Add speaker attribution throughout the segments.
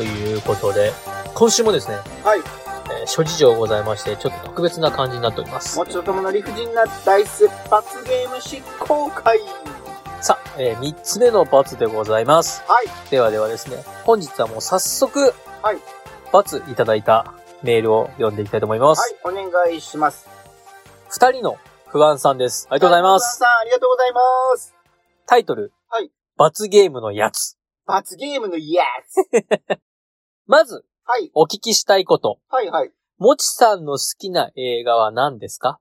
Speaker 1: いうことで、今週もですね、
Speaker 2: はい。
Speaker 1: えー諸事情ございまして、ちょっと特別な感じになっております
Speaker 2: も。ちろともの理不尽な大切発ゲーム執行会。
Speaker 1: さあ、え3つ目の罰でございます。
Speaker 2: はい。
Speaker 1: ではではですね、本日はもう早速、
Speaker 2: はい。
Speaker 1: 罰いただいたメールを読んでいきたいと思います。
Speaker 2: はい、お願いします。
Speaker 1: 二、人の不安さんです。ありがとうございます。
Speaker 2: さん、ありがとうございます。
Speaker 1: タイトル。
Speaker 2: はい。
Speaker 1: 罰ゲームのやつ。
Speaker 2: 罰ゲームのやつ。
Speaker 1: まず、
Speaker 2: はい、
Speaker 1: お聞きしたいこと。
Speaker 2: はい、はい。
Speaker 1: もちさんの好きな映画は何ですか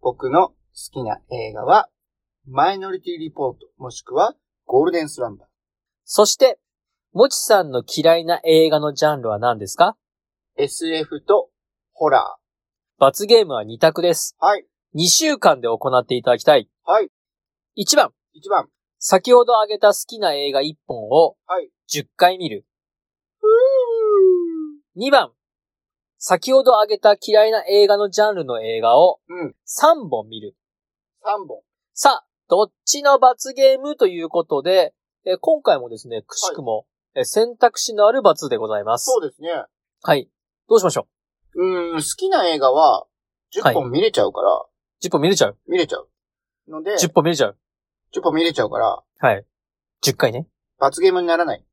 Speaker 2: 僕の好きな映画は、マイノリティリポート、もしくは、ゴールデンスランバー。
Speaker 1: そして、もちさんの嫌いな映画のジャンルは何ですか
Speaker 2: SF と、ホラ
Speaker 1: 罰ゲームは2択です。
Speaker 2: ー。はい、
Speaker 1: 2週間で行っていただきたい。
Speaker 2: はい。
Speaker 1: 1番、
Speaker 2: 1番。
Speaker 1: 先ほど挙げた好きな映画1本を
Speaker 2: はい。
Speaker 1: 10回見る。2番、先ほど挙げた嫌いな映画のジャンルの映画を
Speaker 2: うん、
Speaker 1: 3本見る。
Speaker 2: 3本。
Speaker 1: さあ、どっちの罰ゲームということで、えー今回もですね、くしくも、えー選択肢のある罰でございます。
Speaker 2: そうですね。
Speaker 1: はい。どうしましょ
Speaker 2: うーん、好きな映画は、10本見れちゃうから、
Speaker 1: う ?10 本見れちゃう
Speaker 2: 見れちゃう。ので、
Speaker 1: ?10 本見れちゃう
Speaker 2: 10本見れちゃうから、
Speaker 1: はい。10回ね。
Speaker 2: 罰ゲームにならない。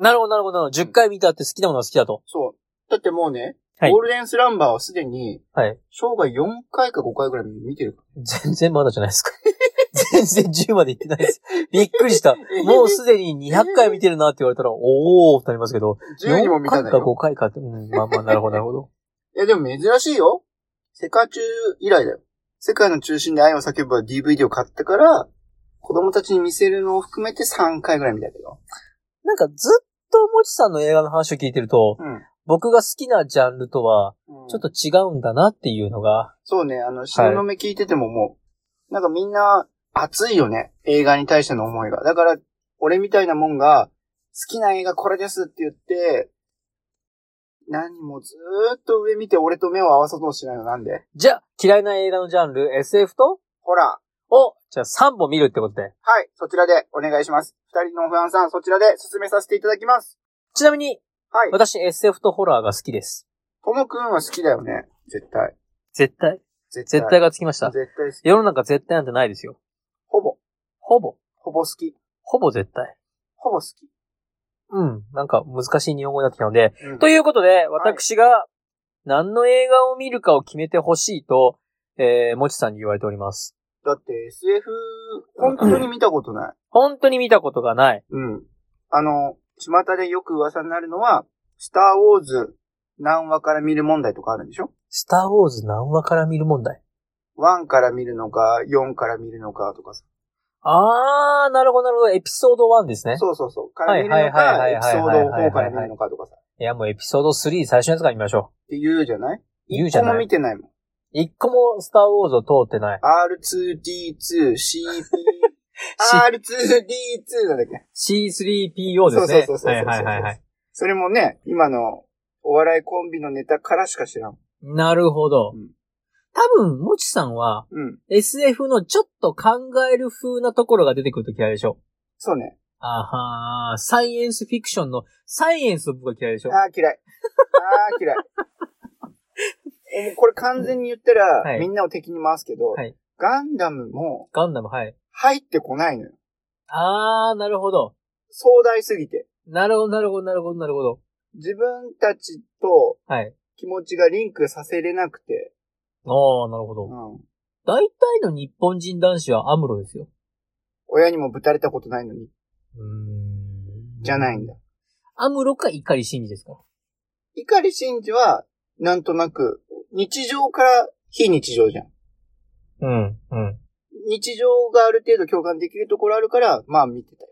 Speaker 1: なるほど、なるほどなるほど。10回見たって好きなものは好きだと。
Speaker 2: そう。だってもうね、
Speaker 1: はい
Speaker 2: ゴールデンスランバーはすでに、
Speaker 1: はい。
Speaker 2: 生涯4回か5回ぐらい見てるか
Speaker 1: 全然まだじゃないですか。全然10までいってないです。びっくりした。もうすでに200回見てるなって言われたら、おーってなりますけど、
Speaker 2: ら。10にも見た
Speaker 1: 回
Speaker 2: ない
Speaker 1: か5
Speaker 2: よ。
Speaker 1: 回かって、うん、まあまあ、なるほど、なるほど。
Speaker 2: いやでも珍しいよ。世界中以来だよ。世界の中心で愛を叫ぶ DVD を買ったから、子供たちに見せるのを含めて3回ぐらい見たけど。
Speaker 1: なんかずっともちさんの映画の話を聞いてると、
Speaker 2: う
Speaker 1: 僕が好きなジャンルとは、
Speaker 2: ん。
Speaker 1: ちょっと違うんだなっていうのが、
Speaker 2: そうね、あの、死の目聞いててももう、なんかみんな熱いよね。映画に対しての思いが。だから、俺みたいなもんが、好きな映画これですって言って、何もずーっと上見て俺と目を合わそうともしないのなんで。
Speaker 1: じゃあ、嫌いな映画のジャンル、SF と
Speaker 2: ほら、
Speaker 1: を、じゃあ3本見るってことで。
Speaker 2: はい、そちらでお願いします。二人の不安さん、そちらで進めさせていただきます。
Speaker 1: ちなみに、
Speaker 2: はい。
Speaker 1: 私 SF とホラーが好きです。
Speaker 2: ともくんは好きだよね。絶対。
Speaker 1: 絶対。
Speaker 2: 絶
Speaker 1: 絶対がつきました。
Speaker 2: 絶対好き。
Speaker 1: 世の中絶対なんてないですよ。
Speaker 2: ほぼ、
Speaker 1: ほぼ。
Speaker 2: ほぼ好き。
Speaker 1: ほぼ絶対。
Speaker 2: ほぼ好き。
Speaker 1: うん。なんか難しい日本語になってきたので。
Speaker 2: うん
Speaker 1: ということで、私が何の映画を見るかを決めてほしいと、えー、もちさんに言われております。
Speaker 2: だって SF、本当に見たことない。
Speaker 1: 本当に見たことがない。
Speaker 2: うん。あの、巷でよく噂になるのは、スターウォーズ何話から見る問題とかあるんでしょ
Speaker 1: スターウォーズ何話から見る問題。
Speaker 2: ?1 から見るのか、4から見るのかとかさ。
Speaker 1: あー、なるほど、なるほど。エピソード1ですね。
Speaker 2: そうそうそう。から見るの
Speaker 1: はい
Speaker 2: か、
Speaker 1: はい
Speaker 2: エ
Speaker 1: は
Speaker 2: ピ
Speaker 1: いはい
Speaker 2: ソー
Speaker 1: はいはい
Speaker 2: ド4から見るのかとかさ。っ
Speaker 1: いや、もうエピソード3最初のやつから見ましょ。
Speaker 2: て言うじゃないう
Speaker 1: 言うじゃ
Speaker 2: こも
Speaker 1: ない
Speaker 2: 見。てないもん。
Speaker 1: 一個もスターウォーズを通ってない。
Speaker 2: R2D2、CP、R2D2 なんだっけ
Speaker 1: C3PO ですね。
Speaker 2: そうそうそうそうそう
Speaker 1: はいはいはいはい。
Speaker 2: それもね、今のお笑いコンビのネタからしか知らん。
Speaker 1: なるほど。
Speaker 2: うん
Speaker 1: 多分、もちさんは、
Speaker 2: うん。
Speaker 1: SF のちょっと考える風なところが出てくると嫌いでしょ。
Speaker 2: そうね。
Speaker 1: あはー、サイエンスフィクションの、サイエンスの僕が嫌いでしょ。
Speaker 2: ああ、嫌い。ああ、嫌い。 えもうこれ完全に言ったら、
Speaker 1: はい
Speaker 2: みんなを敵に回すけど、
Speaker 1: はい
Speaker 2: ガンダムも
Speaker 1: ガンダム、はい。
Speaker 2: 入ってこないのよ。
Speaker 1: あー、なるほど。
Speaker 2: 壮大すぎて。
Speaker 1: なるほど、なるほど、なるほど、なるほど。
Speaker 2: 自分たちと
Speaker 1: はい。
Speaker 2: 気持ちがリンクさせれなくて。
Speaker 1: あー、なるほ
Speaker 2: う
Speaker 1: ど。
Speaker 2: ん。
Speaker 1: 大体の日本人男子はアムロですよ。
Speaker 2: 親にもぶたれたことないのに、
Speaker 1: うーん
Speaker 2: じゃないん。だ。
Speaker 1: アムロか怒り真司ですか
Speaker 2: 碇真司は、なんとなく、日常から非日常じゃん。
Speaker 1: うん、うん。
Speaker 2: 日常がある程度共感できるところあるから、まあ見てたよ。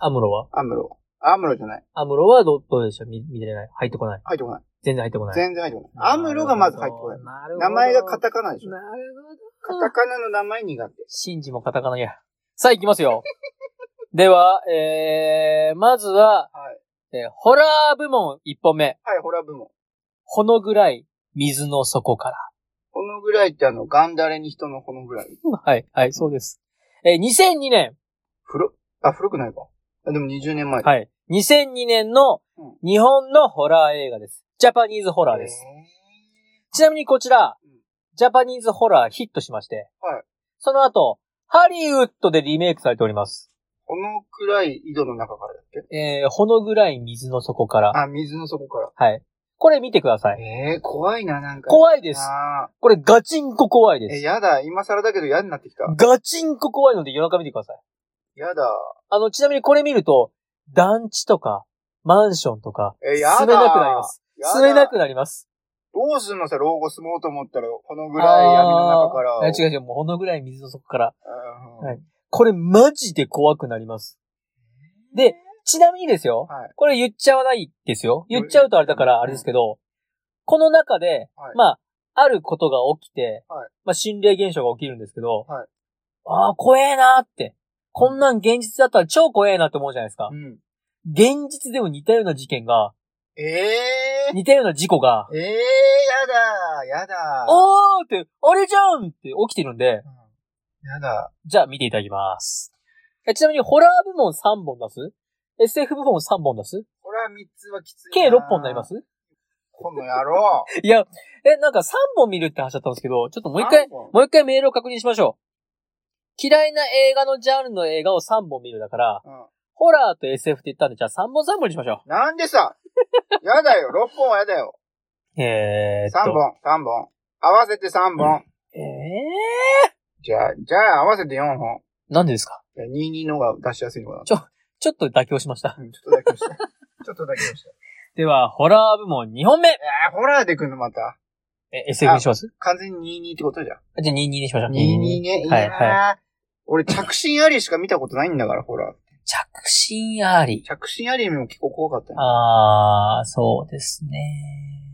Speaker 1: アムロは
Speaker 2: アムロ。アムロじゃない。
Speaker 1: アムロはど、どうでした見、見れない。入ってこない。
Speaker 2: 入ってこない。
Speaker 1: 全然入ってこない。
Speaker 2: 全然入ってこない。アムロがまず入ってこない。
Speaker 1: なるほど。
Speaker 2: 名前がカタカナでしょ。
Speaker 1: なるほど。
Speaker 2: カタカナの名前苦手。
Speaker 1: シンジもカタカナや。さあ、行きますよ。 では、えー、まずは、
Speaker 2: はい。
Speaker 1: えーホラー部門1本目。
Speaker 2: はい、ホラー部門。
Speaker 1: ほのぐらい水の底から。
Speaker 2: このぐらいってあの、ガンダレに人のこのぐらい。
Speaker 1: はい、はい、そうです。えー、2002年。
Speaker 2: 古っあ、古くないか。あでも20年前。
Speaker 1: はい。 2002年の
Speaker 2: うん
Speaker 1: 日本のホラー映画です。ジャパニーズホラーです。ちなみにこちら
Speaker 2: うん、
Speaker 1: ジャパニーズホラーヒットしまして、
Speaker 2: はい
Speaker 1: その後、ハリウッドでリメイクされております。
Speaker 2: このくらい井戸の中からだっけ
Speaker 1: えー、ほのぐらい水の底から。
Speaker 2: あ、水の底か
Speaker 1: はい。これ見てくださ
Speaker 2: ら。
Speaker 1: い。
Speaker 2: ええ怖いな、なんか。い
Speaker 1: 怖いです。
Speaker 2: な
Speaker 1: これガチンコ怖い
Speaker 2: え、
Speaker 1: です。
Speaker 2: やだ、今更だけど嫌になってきた。
Speaker 1: ガチンコ怖いので夜中見てください。
Speaker 2: やだ。
Speaker 1: あの、ちなみにこれ見ると、団地とか、マンションとか、
Speaker 2: え、やだ。
Speaker 1: 住めなくなります。
Speaker 2: やだ
Speaker 1: 住めなくなります。
Speaker 2: どうすんのさ、老後住もうと思ったら、このぐらい闇の中から。
Speaker 1: あーえ違う違う、もうほのぐらい水の底から。
Speaker 2: うん。
Speaker 1: はいこれマジで怖くなります。で、ちなみにですよ、
Speaker 2: はい。
Speaker 1: これ言っちゃわないですよ。言っちゃうとあれだから、あれですけど、この中で、
Speaker 2: はい
Speaker 1: まあ、あることが起きて、
Speaker 2: はい
Speaker 1: まあ、心霊現象が起きるんですけど、
Speaker 2: はい
Speaker 1: ああ、怖えなーって。こんなん現実だったら超怖えなって思うじゃないですか
Speaker 2: う。ん。
Speaker 1: 現実でも似たような事件が、
Speaker 2: ええ
Speaker 1: 似たような事故が、
Speaker 2: ええやだ、やだ。
Speaker 1: あーって、あれじゃんって起きてるんで、
Speaker 2: うんやだ。
Speaker 1: じゃあ見ていただきます。えちなみにホラー部門3本出す ?SF 部門3本出す
Speaker 2: これは3つはきつい。。
Speaker 1: 計6本になりますす
Speaker 2: この野郎。
Speaker 1: いや、え、なんか3本見るって話だったんですけど、ちょっと もう一回、
Speaker 2: も
Speaker 1: もう一回メールを確認しましょう。嫌いな映画のジャンルの映画を3本見るだから、
Speaker 2: うん。
Speaker 1: ホラーと SF って言ったんで、じゃあ3本3本にしましょ
Speaker 2: なんでさ。やだよ、6本はやだよ。
Speaker 1: う。えーっと。
Speaker 2: 3。本、3本。合わせて3本。
Speaker 1: え
Speaker 2: じゃあ、じゃあ合わせて4本。
Speaker 1: ー、なんでですか
Speaker 2: いや22のが出しやすいのかな。
Speaker 1: ちょっと妥協しました。
Speaker 2: うんちょっとだけ 押した。ちょっとだけ押した。
Speaker 1: では、ホラー部門2本目。え、
Speaker 2: えー、ホラーで来んのまた。
Speaker 1: SF にします
Speaker 2: 完全に22ってことじゃん。
Speaker 1: じゃあ22にしましょう。
Speaker 2: 22ね。い
Speaker 1: はい
Speaker 2: やー、
Speaker 1: は
Speaker 2: 俺、着信ありしか見たことないんだから、ホラー。
Speaker 1: 着信あり。
Speaker 2: 着信ありも結構怖かった
Speaker 1: あ
Speaker 2: な。
Speaker 1: ー、そうですね。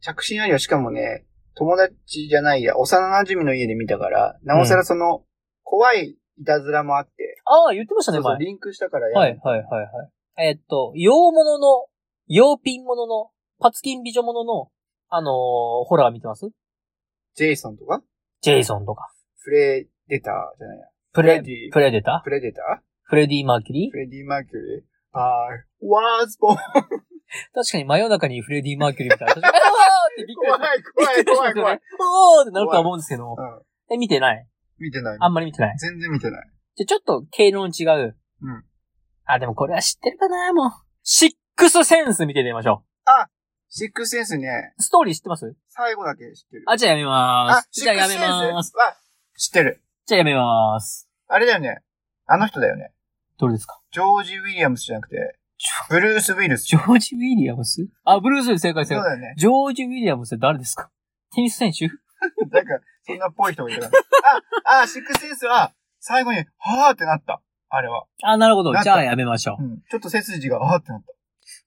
Speaker 2: 着信ありはしかもね、友達じゃないや、幼馴染の家で見たから、なおさらその、怖いいたずらもあって、
Speaker 1: あー、言ってましたね、
Speaker 2: そうそう
Speaker 1: 前。
Speaker 2: リンクしたからやる
Speaker 1: はい、はい、はい、はい。えーっと、洋物の、洋ピン物の、パツキン美女物の、あのーホラー見てます
Speaker 2: ジェイソンとか
Speaker 1: ジェイソンとか。
Speaker 2: フレデターじゃないや。
Speaker 1: プレ
Speaker 2: フレデ、ィ
Speaker 1: プレデター
Speaker 2: フレデタ
Speaker 1: フレディ・マーキュリ
Speaker 2: ー
Speaker 1: ー
Speaker 2: フレディ・マーキュリーあー、ワーズボン
Speaker 1: 確かに真夜中にフレディ・マーキュリーみたいな。私あーってびっくり
Speaker 2: 怖い、怖 い、怖い、怖い。。
Speaker 1: おーってなるとは思うんですけど
Speaker 2: う。ん。
Speaker 1: え、見てない
Speaker 2: 見てない。
Speaker 1: あんまり見てない。
Speaker 2: 全然見てない。
Speaker 1: じゃ、ちょっと、経路の違う。
Speaker 2: うん。
Speaker 1: あ、でもこれは知ってるかなもう。シックスセンス見てみましょ
Speaker 2: シックスセンスね、
Speaker 1: う。ストーリー知ってます
Speaker 2: 最後だけ知ってる。
Speaker 1: あ、じゃあやめまーす。
Speaker 2: シ
Speaker 1: じゃ
Speaker 2: ッ
Speaker 1: あ
Speaker 2: クス
Speaker 1: や
Speaker 2: セ
Speaker 1: め
Speaker 2: ンス
Speaker 1: まーす。
Speaker 2: は、知ってる。
Speaker 1: じゃあやめまーす。
Speaker 2: あれだよね。あの人だよね。
Speaker 1: どれですか
Speaker 2: ジョージ・ウィリアムスじゃなくて、ブルース・ウィルス。
Speaker 1: ジョージ・ウィリアムスあ、ブルース正解正
Speaker 2: そう
Speaker 1: 解。
Speaker 2: だよね。
Speaker 1: ジョージ・ウィリアムスって誰ですかテニス選手
Speaker 2: なんか、そんなっぽい人がいたから。あ、あ、シックスセンスは、最後に、はーってなった。あれは。
Speaker 1: あ、なるほど。
Speaker 2: なんか
Speaker 1: じゃあやめましょう
Speaker 2: う。ん。ちょっと背筋が、はーってなっ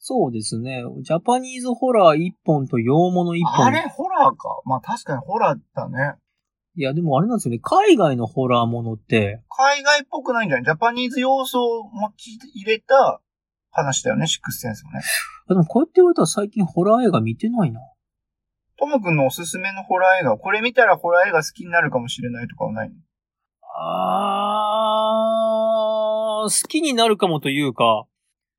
Speaker 1: そうですね。ジャパニーズホラー1本と洋物1
Speaker 2: た。
Speaker 1: 本。
Speaker 2: あれホラーか。まあ確かにホラーだね。
Speaker 1: いや、でもあれなんですよね。海外のホラーものって、
Speaker 2: 海外っぽくないんじゃないジャパニーズ要素を持ち入れた話だよね、シックスセンスもね。
Speaker 1: あでもこうやって言われたら最近ホラー映画見てないな。
Speaker 2: トム君のおすすめのホラー映画、これ見たらホラー映画好きになるかもしれないとかはないの
Speaker 1: あー、好きになるかもというか、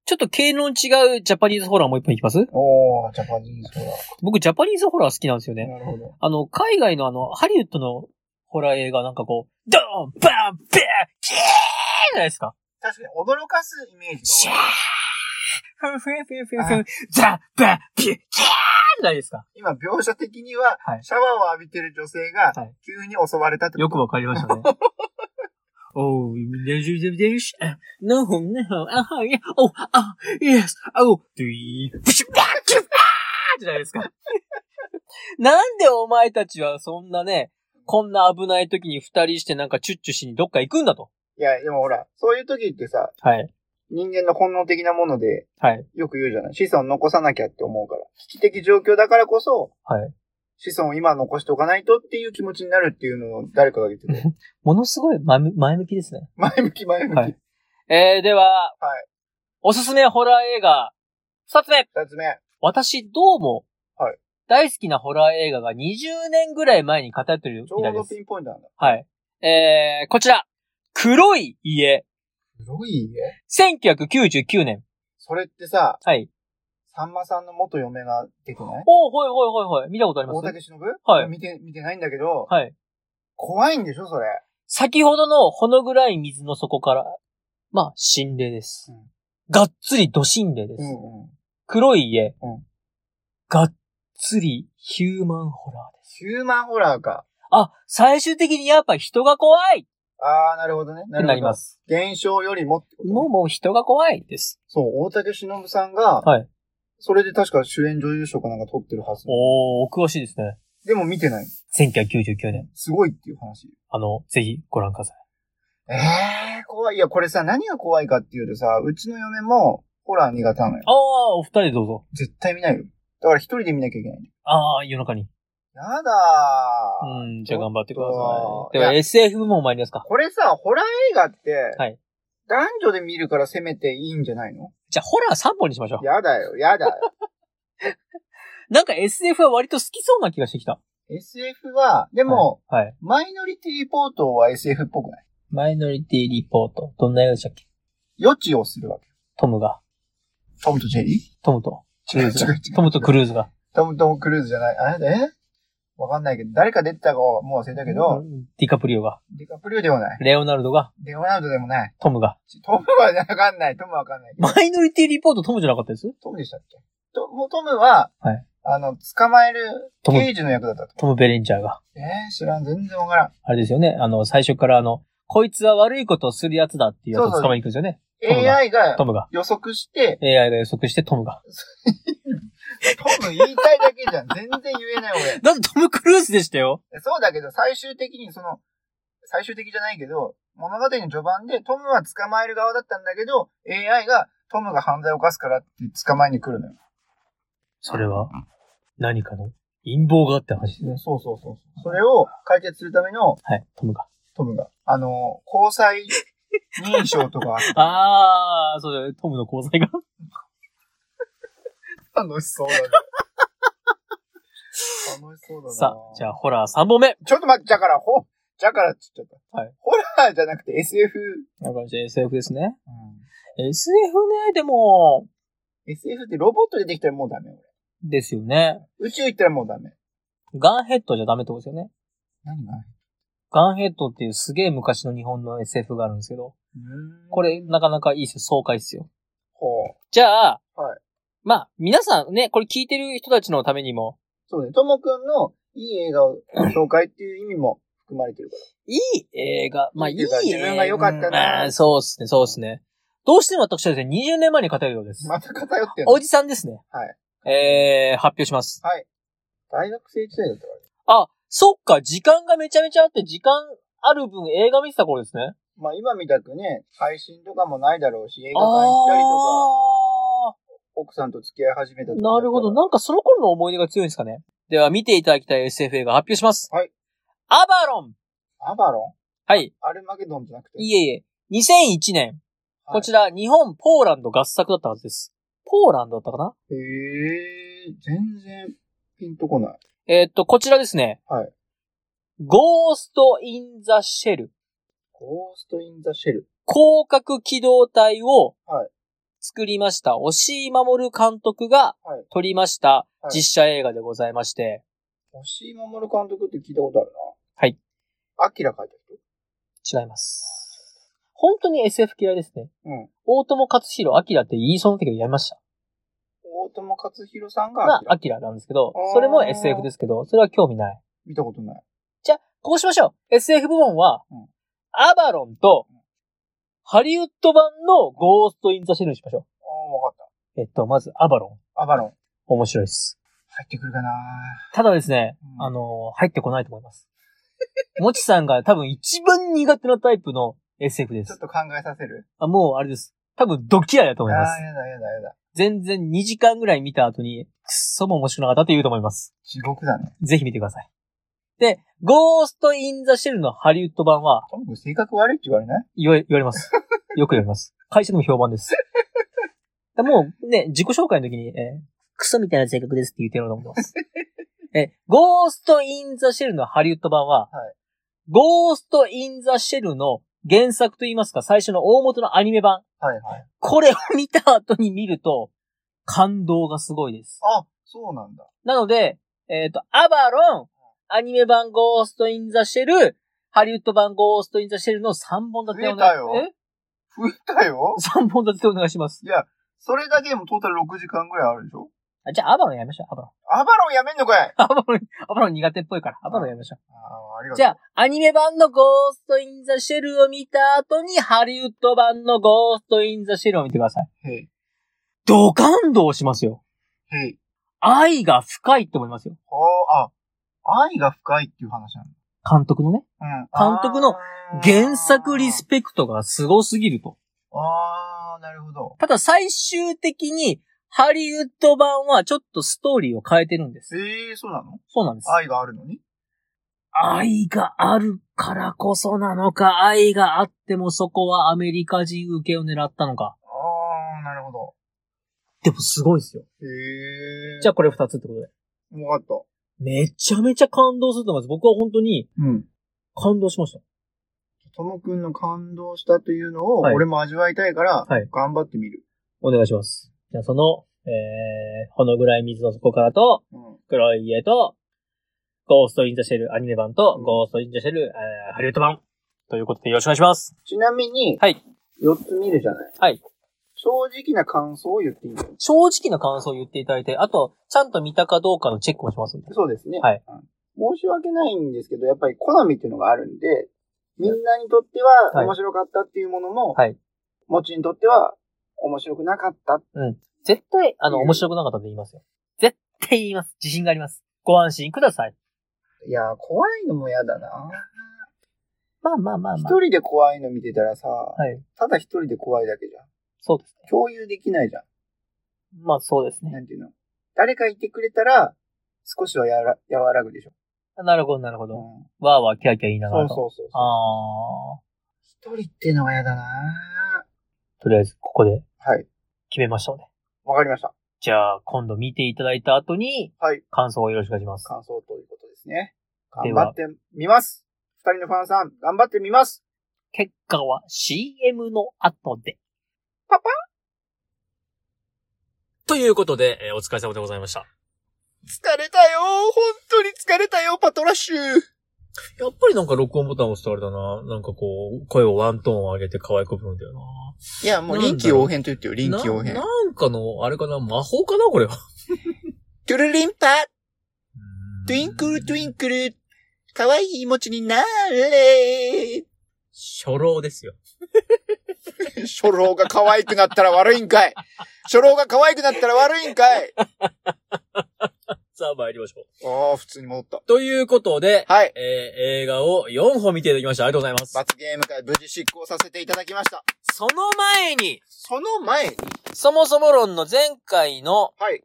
Speaker 1: ちょっと系の違うジャパニーズホラーもう一本いきます
Speaker 2: おー、ジャパニーズホ
Speaker 1: 僕ジャパニーズホラー好きなんですよ
Speaker 2: ラー。
Speaker 1: ね。
Speaker 2: なるほど。
Speaker 1: あの、海外のあの、ハリウッドのホラー映画なんかこう、ドーンバンベーキーじゃないですか。
Speaker 2: 確かに驚かすイメージ
Speaker 1: シャ
Speaker 2: が
Speaker 1: ー
Speaker 2: 多い。
Speaker 1: ふんふんふんふんふん、ザ・バンピューキャーじゃないですか。
Speaker 2: 今、描写的には
Speaker 1: は、い
Speaker 2: シャワーを浴びてる女性が
Speaker 1: はい、
Speaker 2: 急に襲われたってこと
Speaker 1: よくわかりましたね。おう、大丈夫大丈夫し、あ、no, no, あ、はい、いやお、あ、yes, お、ドゥイー、プシュッ、バッキュッ、バーじゃないですか。なんでお前たちはそんなね、こんな危ない時に二人してなんかチュッチュしにどっか行くんだと。
Speaker 2: いや、でもほら、そういう時ってさ、
Speaker 1: はい。
Speaker 2: 人間の本能的なもので、
Speaker 1: はい。
Speaker 2: よく言うじゃない子孫を残さなきゃって思うから。危機的状況だからこそ、
Speaker 1: はい。
Speaker 2: 子孫を今残しておかないとっていう気持ちになるっていうのを誰かが言ってて。
Speaker 1: ものすごい前向前向きですね。
Speaker 2: 前向き前向き。
Speaker 1: はいえー、では、
Speaker 2: はい
Speaker 1: おすすめホラー映画、二つ目
Speaker 2: 二つ目。
Speaker 1: 私、どうも、
Speaker 2: はい
Speaker 1: 大好きなホラー映画が20年ぐらい前に偏ってるみ
Speaker 2: ちょ
Speaker 1: た
Speaker 2: う
Speaker 1: いで
Speaker 2: ど
Speaker 1: す
Speaker 2: ピ。ンポイントなんだ。
Speaker 1: はい。えー、こちら。黒い家。
Speaker 2: 黒い家
Speaker 1: 1999年。
Speaker 2: それってさ、
Speaker 1: はい。
Speaker 2: さんまさんの元嫁が出てない
Speaker 1: おー、はいはいはいはい。見たことありま
Speaker 2: 大
Speaker 1: す
Speaker 2: 竹しのぶ
Speaker 1: はい
Speaker 2: 見て、見てないんだけど、
Speaker 1: はい。
Speaker 2: 怖いんでしょそれ。
Speaker 1: 先ほどのほのぐらい水の底から、まあ、心霊です。
Speaker 2: うん
Speaker 1: がっつりど心霊です。
Speaker 2: んうん。
Speaker 1: 黒い家、
Speaker 2: うん
Speaker 1: がっつりヒューマンホラーです。
Speaker 2: ヒューマンホラーか。
Speaker 1: あ、最終的にやっぱ人が怖いっ
Speaker 2: あー、なるほどね。な
Speaker 1: て
Speaker 2: る
Speaker 1: な
Speaker 2: ほ
Speaker 1: り
Speaker 2: ど
Speaker 1: ま。す。
Speaker 2: 現象よりもってこと
Speaker 1: もうもう人が怖いです。
Speaker 2: そう、大竹しのぶさんが、
Speaker 1: はい。
Speaker 2: それで確か主演女優賞かなんか取ってるはず。
Speaker 1: おー、お詳しいですね。
Speaker 2: でも見てない。
Speaker 1: 1999年。
Speaker 2: すごいっていう話。
Speaker 1: あの、ぜひご覧ください。
Speaker 2: ええー、怖い。いや、これさ、何が怖いかっていうとさ、うちの嫁も、ホラー苦手なのよ。
Speaker 1: あー、お二人でどうぞ。
Speaker 2: 絶対見ないよ。だから一人で見なきゃいけない。
Speaker 1: あー、夜中に。
Speaker 2: やだー。
Speaker 1: うん、じゃあ頑張ってくだ
Speaker 2: ちょ
Speaker 1: さ
Speaker 2: っ
Speaker 1: い。
Speaker 2: と
Speaker 1: では SF 部門参りますか。
Speaker 2: これさ、ホラー映画って、
Speaker 1: はい
Speaker 2: 男女で見るからせめていいんじゃないの
Speaker 1: じゃあホラー3本にしましょ
Speaker 2: やだよ、やだよ。
Speaker 1: う。なんか SF は割と好きそうな気がしてきた。
Speaker 2: SF は、でも、
Speaker 1: はい。はい。
Speaker 2: マイノリティリポートは SF っぽくない
Speaker 1: マイノリティリポート。どんな映画でしたっけ
Speaker 2: 予知をするわけ。
Speaker 1: トムが。
Speaker 2: トムとジェリー
Speaker 1: トムと。クルーズ
Speaker 2: 違う
Speaker 1: が
Speaker 2: 違う。
Speaker 1: トムとクルーズが。
Speaker 2: トムトム・クルーズじゃない。あれだえわかんないけど、誰か出てたかはもう忘れたけど、
Speaker 1: うんディカプリオが。
Speaker 2: ディカプリオでもない。
Speaker 1: レオナルドが。
Speaker 2: レオナルドでもない。
Speaker 1: トムが。
Speaker 2: トムはわかんない。トムはわかんない。
Speaker 1: マイノリティリポートトムじゃなかったです
Speaker 2: トムでしたっけトもうトムは、
Speaker 1: はい
Speaker 2: あの、捕まえる
Speaker 1: トム
Speaker 2: 刑事の役だったと。
Speaker 1: トム・ベレンジャーが。
Speaker 2: えー、知らん。全然わからん。
Speaker 1: あれですよね。あの、最初からあの、こいつは悪いことをするやつだっていうやつを捕まえに行くんですよね。トムが
Speaker 2: AI が
Speaker 1: トムが。
Speaker 2: 予測して、
Speaker 1: AI が予測してトムが。
Speaker 2: トム言いたいだけじゃん。全然言えない俺。
Speaker 1: だってトム・クルーズでしたよ。
Speaker 2: そうだけど、最終的にその、最終的じゃないけど、物語の序盤でトムは捕まえる側だったんだけど、AI がトムが犯罪を犯すからって捕まえに来るのよ。
Speaker 1: それは、何かの陰謀があって話ですね。
Speaker 2: そうそうそうそう。それを解決するための
Speaker 1: はい、トムが。
Speaker 2: トムが、あの、交際認証とかあっ
Speaker 1: あー、そうだよ、トムの交際が。
Speaker 2: た楽しそうだね。 楽しそうだな。
Speaker 1: さあ、じゃ
Speaker 2: あ。
Speaker 1: あ、ホラー3本目。
Speaker 2: ちょっと待って、だから、ほ、だからって言っちゃった。
Speaker 1: はい。
Speaker 2: ホラーじゃなくて SF。
Speaker 1: なんかじゃあ SF ですね。SF ね、でも、
Speaker 2: SF ってロボット出てきたらもうダメ。俺
Speaker 1: ですよね。
Speaker 2: 宇宙行ったらもうダメ。
Speaker 1: ガンヘッドじゃダメってことですよね。
Speaker 2: 何が
Speaker 1: ガンヘッドっていうすげえ昔の日本の SF があるんですけど、こ
Speaker 2: れ。
Speaker 1: れなかなかいいですよ。爽快っすよ。
Speaker 2: ほう。
Speaker 1: じゃあ、
Speaker 2: はい
Speaker 1: まあ、皆さんね、これ聞いてる人たちのためにも、
Speaker 2: そうね。ともくんのいい映画を紹介っていう意味も含まれてるか
Speaker 1: いい映画、まあ
Speaker 2: い
Speaker 1: い
Speaker 2: い
Speaker 1: い
Speaker 2: っていうか自分が良かった
Speaker 1: ま
Speaker 2: な
Speaker 1: あそうですね、そうですね。どうしても私はですね、20年前に語るようです
Speaker 2: ら。。また偏ってんの
Speaker 1: おじさんですね。
Speaker 2: は
Speaker 1: えー、発表します。
Speaker 2: 大学生時代だったからね。
Speaker 1: あ、そっか、時間がめちゃめちゃあって、時間ある分映画見てた頃ですね。
Speaker 2: まあ今みたくね、配信とかもないだろうし、映
Speaker 1: あ
Speaker 2: 画館行ったりとか、
Speaker 1: あ
Speaker 2: 奥さんと付き合い始めた時だったか
Speaker 1: ー、
Speaker 2: ら
Speaker 1: なるほど。。なんかその頃の思い出が強いんですかね。では、見ていただきたい SF 映画発表します。
Speaker 2: はい。
Speaker 1: アバロン
Speaker 2: アバロ
Speaker 1: はい。
Speaker 2: ンアルマゲドンじゃなくて。
Speaker 1: いえいえ、2001年、
Speaker 2: は
Speaker 1: こ
Speaker 2: い
Speaker 1: ちら日本、ポーランド合作だったはずです。ポーランドだったかな
Speaker 2: へえー、全然ピンとこない。
Speaker 1: えーっと、こちらですね。
Speaker 2: はい。
Speaker 1: ゴースト・イン・ザ・シェル。
Speaker 2: ゴースト・イン・ザ・シェル。
Speaker 1: 広角機動隊を
Speaker 2: はい
Speaker 1: 作りました、押井守監督が
Speaker 2: はい
Speaker 1: 撮りました
Speaker 2: はい
Speaker 1: 実写映画でございまして、
Speaker 2: 星井守監督って聞いたことあるな。
Speaker 1: はい。
Speaker 2: アキラ書いた人
Speaker 1: 違います。本当に SF 嫌いですね。
Speaker 2: うん。
Speaker 1: 大友克弘、明って言いそうな時はやりました。
Speaker 2: 大友克弘さんがア
Speaker 1: が
Speaker 2: キ、ラ。
Speaker 1: 明なんですけど
Speaker 2: あー、
Speaker 1: それも SF ですけど、それは興味ない。
Speaker 2: 見たことない。
Speaker 1: じゃあ、こうしましょう。SF 部門は、
Speaker 2: うん
Speaker 1: アバロンと
Speaker 2: うん、
Speaker 1: ハリウッド版のゴースト・イン・ザ・シェルにしましょ
Speaker 2: ああ、わかっ
Speaker 1: う。えっと、まず、アバロン。
Speaker 2: た。アバロン。
Speaker 1: 面白いです。
Speaker 2: 入ってくるかな
Speaker 1: ただですね、
Speaker 2: うん
Speaker 1: あのー入ってこないと思います。 もちさんが多分一番苦手なタイプの SF で
Speaker 2: ちょっ
Speaker 1: す。
Speaker 2: と考えさせる
Speaker 1: あもう、あれです。多分、ドキアだと
Speaker 2: ああ
Speaker 1: 思います
Speaker 2: ー、。やだやだやだ。
Speaker 1: 全然2時間ぐらい見た後に、くっそも面白くなかったと言うと思います。
Speaker 2: 地獄だね。
Speaker 1: ぜひ見てください。で、ゴースト・イン・ザ・シェルのハリウッド版は、
Speaker 2: ともかく性格悪いって言われない
Speaker 1: 言われ、言われます。 よく言われます。会社でも評判です。だもうね、自己紹介の時に、えークソみたいな性格ですって言ってやろうと思ってま す。え、ゴースト・イン・ザ・シェルのハリウッド版は、
Speaker 2: はい
Speaker 1: ゴースト・イン・ザ・シェルの原作と言いますか、最初の大元のアニメ版。
Speaker 2: はいはい。
Speaker 1: これを見た後に見ると、感動がすごいです。
Speaker 2: あ、そうなんだ。
Speaker 1: なので、えっ、と、アバロン、アニメ版ゴーストインザシェル、ハリウッド版ゴーストインザシェルの3本立てお
Speaker 2: 増え
Speaker 1: 願
Speaker 2: た
Speaker 1: い
Speaker 2: よ増えたよ
Speaker 1: え ?3 本立てお願いします。
Speaker 2: いや、それだけでもトータル6時間ぐらいあるでしょ
Speaker 1: あじゃあ、アバロンやめましょう、アバロン。
Speaker 2: アバロンやめんのか い
Speaker 1: アバロン、アバロン苦手っぽいから、アバロンやめましょ
Speaker 2: ああ、あり
Speaker 1: う。
Speaker 2: がとう。
Speaker 1: じゃあ、アニメ版のゴーストインザシェルを見た後に、ハリウッド版のゴーストインザシェルを見てください。
Speaker 2: へい、
Speaker 1: ド感動しますよ。
Speaker 2: へい。
Speaker 1: 愛が深いって思いますよ。
Speaker 2: ほう、あ、愛が深いっていう話なの。
Speaker 1: 監督のね。
Speaker 2: うん。
Speaker 1: 監督の原作リス
Speaker 2: ペ。
Speaker 1: ペクトがすごすぎると。
Speaker 2: あー、なるほど。
Speaker 1: ただ最終的に、ハリウッド版はちょっとストーリーを変えてるんです。
Speaker 2: ええー、そうなの
Speaker 1: そうなんです。
Speaker 2: 愛があるのに
Speaker 1: 愛があるからこそなのか、愛があってもそこはアメリカ人受けを狙ったのか。
Speaker 2: あー、なるほど。
Speaker 1: でもすごいですよ。
Speaker 2: へえー。
Speaker 1: じゃ
Speaker 2: ゃ
Speaker 1: あこれ二つってことで。
Speaker 2: あ、わかった。
Speaker 1: めちゃめちゃ感動すると思います。僕は本当に
Speaker 2: うん。
Speaker 1: 感動しました。
Speaker 2: ともくんの感動したというのを、
Speaker 1: はい
Speaker 2: 俺も味わいたいから、
Speaker 1: はい
Speaker 2: 頑張ってみる。
Speaker 1: お願いします。じゃあその、えー、ほのぐらい水の底からと、
Speaker 2: うん。
Speaker 1: 黒い家と、ゴーストインザシェルアニメ版と、
Speaker 2: うん
Speaker 1: ゴーストインザシェル、えーハリウッド版。ということでよろしくお願いします。
Speaker 2: ちなみに、
Speaker 1: はい。
Speaker 2: 4つ見るじゃない
Speaker 1: はい。
Speaker 2: 正直な感想を言っていいの
Speaker 1: 正直な感想を言っていただいて、あと、ちゃんと見たかどうかのチェックもしますんで。
Speaker 2: そうですね。
Speaker 1: はい
Speaker 2: うん申し訳ないんですけど、やっぱり好みっていうのがあるんで、みんなにとって
Speaker 1: は
Speaker 2: はい面白かったっていうものも、
Speaker 1: はい。
Speaker 2: もちにとっては面白くなかった。
Speaker 1: 絶対、あの、
Speaker 2: うん
Speaker 1: 面白くなかったんで言いますよ。絶対言います。自信があります。ご安心ください。
Speaker 2: いやー、怖いのも嫌だな。
Speaker 1: まあまあまあ
Speaker 2: 一
Speaker 1: まあ。
Speaker 2: 人で怖いの見てたらさ、
Speaker 1: はい。
Speaker 2: ただ一人で怖いだけじゃん。
Speaker 1: そうですね。
Speaker 2: 共有できないじゃん。
Speaker 1: まあそうです
Speaker 2: な
Speaker 1: ね。
Speaker 2: んていうの誰かいてくれたら、少しはやら和らぐでしょ。
Speaker 1: なるほど、なるほ
Speaker 2: う
Speaker 1: ど。
Speaker 2: ん、
Speaker 1: わーわーキャーキャー言いなが
Speaker 2: そ
Speaker 1: ら
Speaker 2: う
Speaker 1: と。
Speaker 2: そうそうそう。
Speaker 1: あ
Speaker 2: 一人っていうのが嫌だな
Speaker 1: ー。とりあえず、ここで
Speaker 2: はい。
Speaker 1: 決めましょうね。
Speaker 2: わかりました。
Speaker 1: じゃあ、今度見ていただいた後に、
Speaker 2: はい。
Speaker 1: 感想をよろしくお願いします。
Speaker 2: 感想ということですね。
Speaker 1: で
Speaker 2: 頑張
Speaker 1: は
Speaker 2: ってみます。二人のファンさん、頑張ってみます。
Speaker 1: 結果は CM の後で。
Speaker 2: パパ
Speaker 1: ということで、えーお疲れ様でございました。
Speaker 2: 疲れたよ本当に疲れたよパトラッシュ
Speaker 1: やっぱりなんか録音ボタン押すとあれだな。なんかこう、声をワントーン上げて可愛くぶるんだよな。
Speaker 2: いや、もう臨機応変と言ってよ、臨機応
Speaker 1: な
Speaker 2: 変。
Speaker 1: なんかの、あれかな、魔法かなこれ は。
Speaker 2: トゥルリンパトゥインクルトゥインクル可愛い餅になれ
Speaker 1: 初老ですよ。
Speaker 2: 初老が可愛くなったら悪いんかい初老が可愛くなったら悪いんかい
Speaker 1: さあ参りましょう。
Speaker 2: ああ、普通に戻った。
Speaker 1: ということで、
Speaker 2: はい。
Speaker 1: えー映画を4本見ていただきました。ありがとうございます。
Speaker 2: 罰ゲーム会無事執行させていただきました。
Speaker 1: その前に、
Speaker 2: その前に、
Speaker 1: そもそも論の前回の
Speaker 2: はい。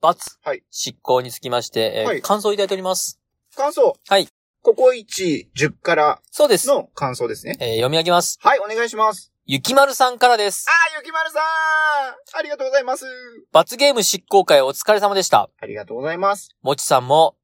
Speaker 1: 罰、
Speaker 2: はい
Speaker 1: 執行につきまして、えー
Speaker 2: はい
Speaker 1: 感想をいただいております。
Speaker 2: 感想。
Speaker 1: はい。
Speaker 2: ここ1、10から
Speaker 1: そうです。
Speaker 2: の感想ですね。
Speaker 1: えー読み上げます。
Speaker 2: はい、お願いします。
Speaker 1: ゆきまるさんからです
Speaker 2: あ。ー、ゆきまるさんありがとうございます
Speaker 1: 罰ゲーム執行会お疲れ様でした。
Speaker 2: ありがとうございます。
Speaker 1: もちさんも、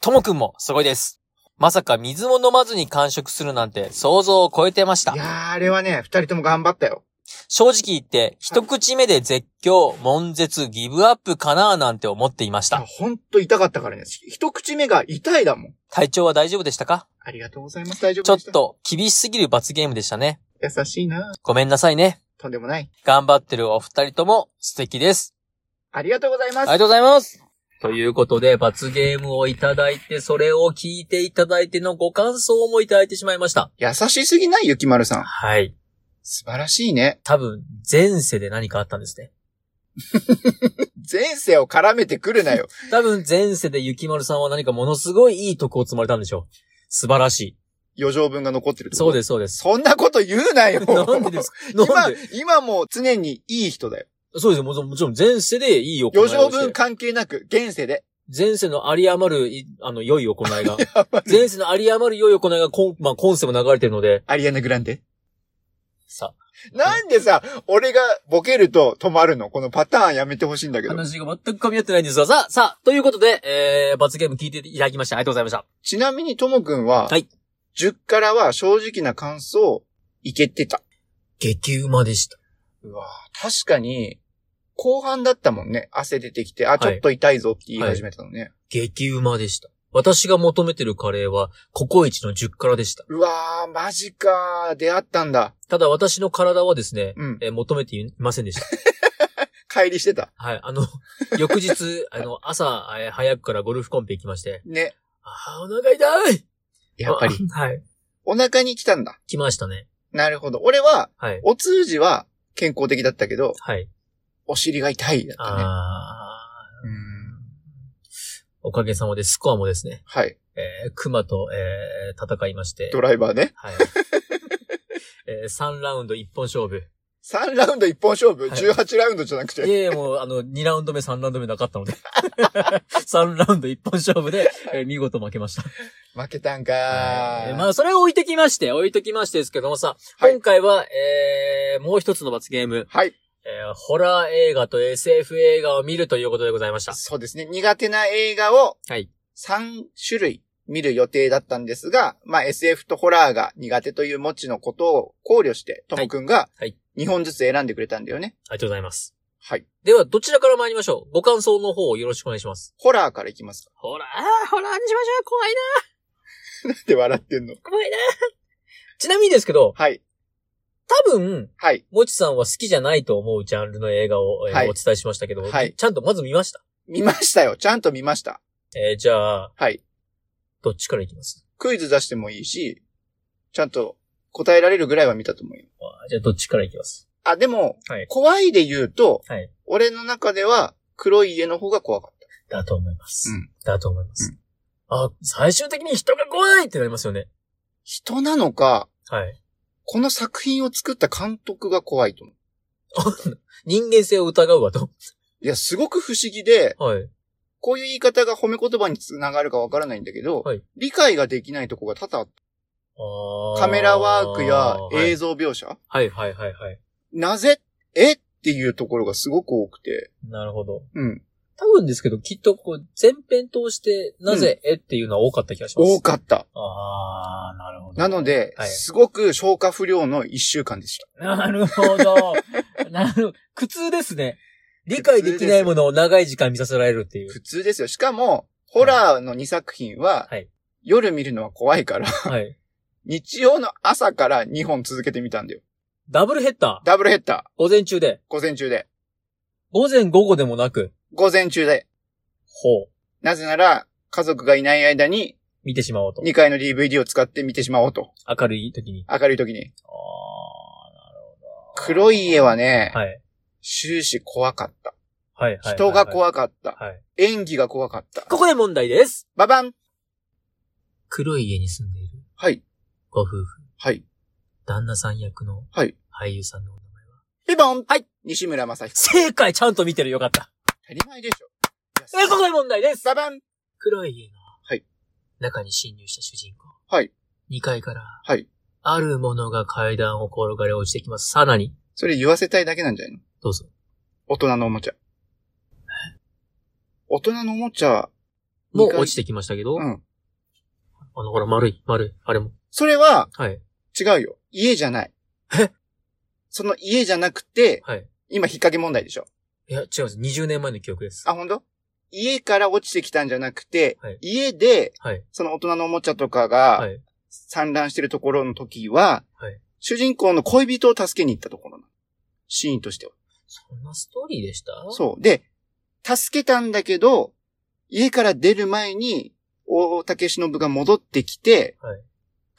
Speaker 1: ともくんもすごいです。まさか水も飲まずに完食するなんて想像を超えてまし
Speaker 2: い
Speaker 1: た
Speaker 2: や。ー、あれはね、二人とも頑張ったよ。
Speaker 1: 正直言って、一口目で絶叫、悶絶、ギブアップかなーなんて思っていまし
Speaker 2: あ
Speaker 1: た。
Speaker 2: ほんと痛かったからね。一口目が痛いだもん。
Speaker 1: 体調は大丈夫でしたか
Speaker 2: ありがとうございます。大丈
Speaker 1: ちょ
Speaker 2: 夫
Speaker 1: っ
Speaker 2: でした。
Speaker 1: と厳しすぎる罰ゲームでしたね。
Speaker 2: 優しいな
Speaker 1: ごめんなさいね。
Speaker 2: とんでもない。
Speaker 1: 頑張ってるお二人とも素敵です。
Speaker 2: ありがとうございます。
Speaker 1: ありがとうございます。ということで、罰ゲームをいただいて、それを聞いていただいてのご感想もいただいてしまいました。
Speaker 2: 優しすぎないゆきまるさん。
Speaker 1: はい。
Speaker 2: 素晴らしいね。
Speaker 1: 多分、前世で何かあったんですね。
Speaker 2: 前世を絡めてくる なよ。
Speaker 1: 多分、前世でゆきまるさんは何かものすごいいい徳を積まれたんでしょう。素晴らしい。
Speaker 2: 余剰分が残ってる
Speaker 1: そう
Speaker 2: で
Speaker 1: です、そうです。
Speaker 2: そんなこと言うなよ。
Speaker 1: なんでですか な
Speaker 2: 今
Speaker 1: んで、
Speaker 2: 今もう常にいい人だよ。
Speaker 1: そうですもちろんもちろん前世でいい行いを
Speaker 2: 余
Speaker 1: して。
Speaker 2: 剰分関係なく、現世で。
Speaker 1: 前世の有り余るい、あの、良い行 いが。
Speaker 2: やばい
Speaker 1: 前世の有り余る良い行いが、こんまあ、今世も流れてるので。
Speaker 2: アリアナグランデ。
Speaker 1: さ
Speaker 2: なんでさ、俺がボケると止まるのこのパターンやめてほしいんだけど。
Speaker 1: 話が全く噛み合ってないんですが、さあ、さあ、ということで、えー、罰ゲーム聞いていただきましてありがとうございました。
Speaker 2: ちなみにともくんは、
Speaker 1: はい
Speaker 2: 10からは正直な感想、いけてた。
Speaker 1: 激うまでした。
Speaker 2: うわぁ確かに、後半だったもんね。汗出てきて、あ、ちょっと痛いぞって言い始めたのね。
Speaker 1: 激うまでした。私が求めてるカレーは、ココイチの10辛でした。
Speaker 2: うわぁマジかー出会ったんだ。
Speaker 1: ただ私の体はですね、
Speaker 2: うん。
Speaker 1: えー求めていませんでした。
Speaker 2: 帰りしてた。
Speaker 1: はい。あの、翌日、 あの、朝、えー早くからゴルフコンペ行きまして、
Speaker 2: ね。
Speaker 1: あーお腹痛い
Speaker 2: やっぱり。。
Speaker 1: あ はい。
Speaker 2: お腹に来たんだ。
Speaker 1: 来ましたね。
Speaker 2: なるほど。俺は、
Speaker 1: はい。
Speaker 2: お通じは健康的だったけど、
Speaker 1: はい。
Speaker 2: お尻が痛いだったね。
Speaker 1: あー
Speaker 2: うん
Speaker 1: おかげさまでスコアもですね、
Speaker 2: はい。
Speaker 1: えー熊と、えー戦いまして、
Speaker 2: ドライバーね。
Speaker 1: はい。 えー、3ラウンド1本勝 負。
Speaker 2: 3ラウンド1本勝負、
Speaker 1: はい
Speaker 2: 18ラウンドじゃなく
Speaker 1: い
Speaker 2: て。
Speaker 1: やいや、もう、あの、2ラウンド目、3ラウンド目なかったので。3ラウンド1本勝負で、えー見事負けました。
Speaker 2: 負けたんか
Speaker 1: え
Speaker 2: ー。
Speaker 1: ーまあ、それを置いてきまして、置いときましてですけどもさ、
Speaker 2: はい
Speaker 1: 今回は、えー、もう一つの罰ゲーム、
Speaker 2: はい。
Speaker 1: えー、ホラー映画と SF 映画を見るということでございました。
Speaker 2: そうですね。苦手な映画を
Speaker 1: はい。
Speaker 2: 3種類見る予定だったんですが、まあ SF とホラーが苦手という持ちのことを考慮して、ともくんが
Speaker 1: はい
Speaker 2: 2本ずつ選んでくれたんだよね。
Speaker 1: ありがとうございます。
Speaker 2: はい。
Speaker 1: では、どちらから参りましょうご感想の方をよろしくお願いします。
Speaker 2: ホラーからいきますか。
Speaker 1: ホラー、ホラーにしましょう怖いな
Speaker 2: って笑ってんの。
Speaker 1: 怖いなちなみにですけど、
Speaker 2: はい。
Speaker 1: 多分、
Speaker 2: はい。
Speaker 1: もちさんは好きじゃないと思うジャンルの映画を、えー
Speaker 2: はい
Speaker 1: お伝えしましたけど、
Speaker 2: はい
Speaker 1: ちゃんとまず見ました。
Speaker 2: 見ましたよ。ちゃんと見ました。
Speaker 1: えーじゃあ、
Speaker 2: はい。
Speaker 1: どっちからいきます
Speaker 2: クイズ出してもいいし、ちゃんと答えられるぐらいは見たと思うよ。
Speaker 1: あーじゃあ、どっちからいきます
Speaker 2: あ、でも、
Speaker 1: はい
Speaker 2: 怖いで言うと、
Speaker 1: はい
Speaker 2: 俺の中では黒い家の方が怖かっ
Speaker 1: だと思います。
Speaker 2: うん
Speaker 1: だと思います。
Speaker 2: う
Speaker 1: あ、最終的に人が怖いってなりますよね。
Speaker 2: た。人なのか、
Speaker 1: はい。
Speaker 2: この作品を作った監督が怖いと思う。
Speaker 1: 人間性を疑うわと。
Speaker 2: いや、すごく不思議で、
Speaker 1: はい。
Speaker 2: こういう言い方が褒め言葉につながるかわからないんだけど、
Speaker 1: はい
Speaker 2: 理解ができないとこが多々あっ
Speaker 1: あ
Speaker 2: た。カメラワークや映
Speaker 1: 像、
Speaker 2: 像描写、
Speaker 1: はい。はいはいはいはい。
Speaker 2: なぜ、えっていうところがすごく多くて、
Speaker 1: なるほど。
Speaker 2: うん。
Speaker 1: 多分ですけど、きっとこう、前編通して、なぜ、えっていうのは多かった気がします。
Speaker 2: 多かった。
Speaker 1: あー、なるほど。
Speaker 2: なので、
Speaker 1: はい
Speaker 2: すごく消化不良の一週間でした。
Speaker 1: なるほ ど。なる、苦痛ですね。理解できないものを長い時間見させられるっていう。
Speaker 2: 普通ですよ。しかも、ホラーの2作品は、
Speaker 1: はい
Speaker 2: 夜見るのは怖いから、
Speaker 1: はい。
Speaker 2: 日曜の朝から2本続けてみたんだよ。
Speaker 1: ダブルヘッダー。
Speaker 2: ダブルヘッダー、
Speaker 1: 午前中で。
Speaker 2: 午前中で。
Speaker 1: 午前午後でもなく、
Speaker 2: 午前中で。
Speaker 1: ほう。
Speaker 2: なぜなら、家族がいない間に
Speaker 1: 見てしまおうと。
Speaker 2: 2階の DVD を使って見てしまおうと。
Speaker 1: 明るい時に。
Speaker 2: 明るい時に。
Speaker 1: あー、なるほど。
Speaker 2: 黒い家はね、
Speaker 1: はい。
Speaker 2: 終始怖かった。
Speaker 1: はい。はい。
Speaker 2: 人が
Speaker 1: い。
Speaker 2: 怖かった。
Speaker 1: はい。
Speaker 2: 演技が怖かった。
Speaker 1: ここで問題です。
Speaker 2: ババン
Speaker 1: 黒い家に住んでいる
Speaker 2: はい。
Speaker 1: ご夫婦、
Speaker 2: はい。
Speaker 1: 旦那さん役の
Speaker 2: はい。
Speaker 1: 俳優さんのお名前は。
Speaker 2: ピボン
Speaker 1: はい。
Speaker 2: 西村正彦。
Speaker 1: 正解ちゃんと見てるよかった。
Speaker 2: 当たり前でしょ。
Speaker 1: え、ここで問題です。
Speaker 2: ババン
Speaker 1: 黒い家の、
Speaker 2: はい
Speaker 1: 中に侵入した主人公。
Speaker 2: はい。
Speaker 1: 2階から、
Speaker 2: はい。
Speaker 1: あるものが階段を転がり落ちてきます。さらに、
Speaker 2: それ言わせたいだけなんじゃないの
Speaker 1: どうぞ。
Speaker 2: 大人のおもちゃ。大人のおもちゃ、
Speaker 1: もう
Speaker 2: 二階
Speaker 1: 落ちてきましたけど、
Speaker 2: うん。
Speaker 1: あの、ほら、丸い、丸い、あれも。
Speaker 2: それは
Speaker 1: はい。
Speaker 2: 違うよ。家じゃない。
Speaker 1: え
Speaker 2: その家じゃなくて、
Speaker 1: はい。
Speaker 2: 今引っ掛け問題でしょ。
Speaker 1: いや、違うんです。20年前の記憶です。
Speaker 2: あ、ほんと家から落ちてきたんじゃなくて、
Speaker 1: はい
Speaker 2: 家で、
Speaker 1: はい。
Speaker 2: その大人のおもちゃとか
Speaker 1: は
Speaker 2: が
Speaker 1: い。
Speaker 2: 散乱してるところの時は、
Speaker 1: はい
Speaker 2: 主人公の恋人を助けに行ったところなの。シーンとしては。
Speaker 1: そんなストーリーでした
Speaker 2: そう。で、助けたんだけど、家から出る前に、大竹忍が戻ってきて、
Speaker 1: はい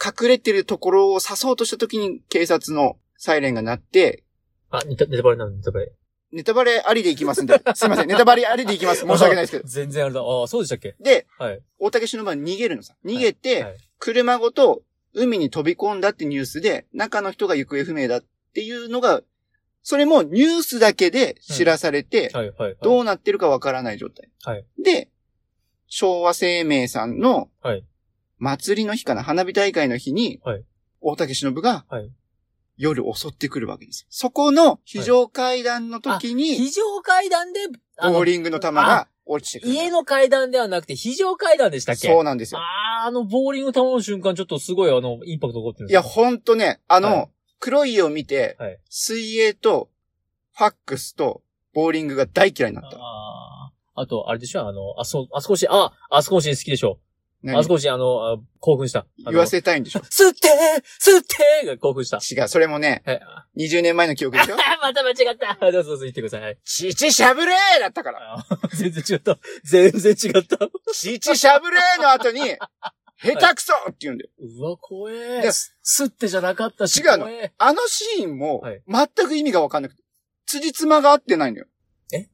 Speaker 2: 隠れてるところを刺そうとした時に警察のサイレンが鳴って、
Speaker 1: あ、ネタ、ネタバレなの、ネタバレ。
Speaker 2: ネタバレありでいきますん で、すいません、ネタバレありでいきます。申し訳ないですけど。
Speaker 1: 全然あれだ。ああ、そうでしたっけ
Speaker 2: で、
Speaker 1: はい。
Speaker 2: 大竹忍は逃げるのさ。逃げて、
Speaker 1: はい。
Speaker 2: 車ごと海に飛び込んだってニュースで、中の人が行方不明だっていうのが、それもニュースだけで知らされて、
Speaker 1: はい、はい。はい
Speaker 2: どうなってるかわからない状態。
Speaker 1: はい
Speaker 2: で、昭和生命さんの
Speaker 1: はい。
Speaker 2: 祭りの日かな、花火大会の日に、
Speaker 1: はい
Speaker 2: 大竹忍が
Speaker 1: はい。
Speaker 2: 夜襲ってくるわけですよ。そこの非常階段の時に、
Speaker 1: 非常階段で、あ
Speaker 2: ボー
Speaker 1: の、
Speaker 2: リングの玉が落ちてくる。
Speaker 1: 家の階段ではなくて非常階段でしたっけ
Speaker 2: そうなんですよ。
Speaker 1: あー、あの、ボーリング球の瞬間、ちょっとすごい、あの、インパクト起こってるんで
Speaker 2: い
Speaker 1: す
Speaker 2: や、
Speaker 1: よ
Speaker 2: ほんとね、あの、
Speaker 1: はい
Speaker 2: 黒い絵を見て、
Speaker 1: はい
Speaker 2: 水泳と、ファックスと、ボーリングが大嫌いになった。
Speaker 1: ああ。あと、あれでしょあの、あそ、あそこし、あ、あそこし好きでしょ
Speaker 2: 何
Speaker 1: あそこし、あの、あ興奮した。あの
Speaker 2: 言わせた いんでしょ
Speaker 1: 吸って吸ってが興奮した。
Speaker 2: 違う、それもね、
Speaker 1: はい。
Speaker 2: 20年前の記憶でしょ
Speaker 1: また間違った。 どうぞどうぞ言ってください。 はい
Speaker 2: ちちしゃぶれーだったから。
Speaker 1: あー全然違った。全然違った。
Speaker 2: ちちしゃぶれーの後に、下手くそって言うんだよ。
Speaker 1: うわ、怖え
Speaker 2: で。
Speaker 1: 吸ってじゃなかったし。
Speaker 2: 違うの
Speaker 1: 怖え
Speaker 2: あのシーンも
Speaker 1: はい、
Speaker 2: 全く意味がわかんなくて、辻褄が合ってないのよ。
Speaker 1: え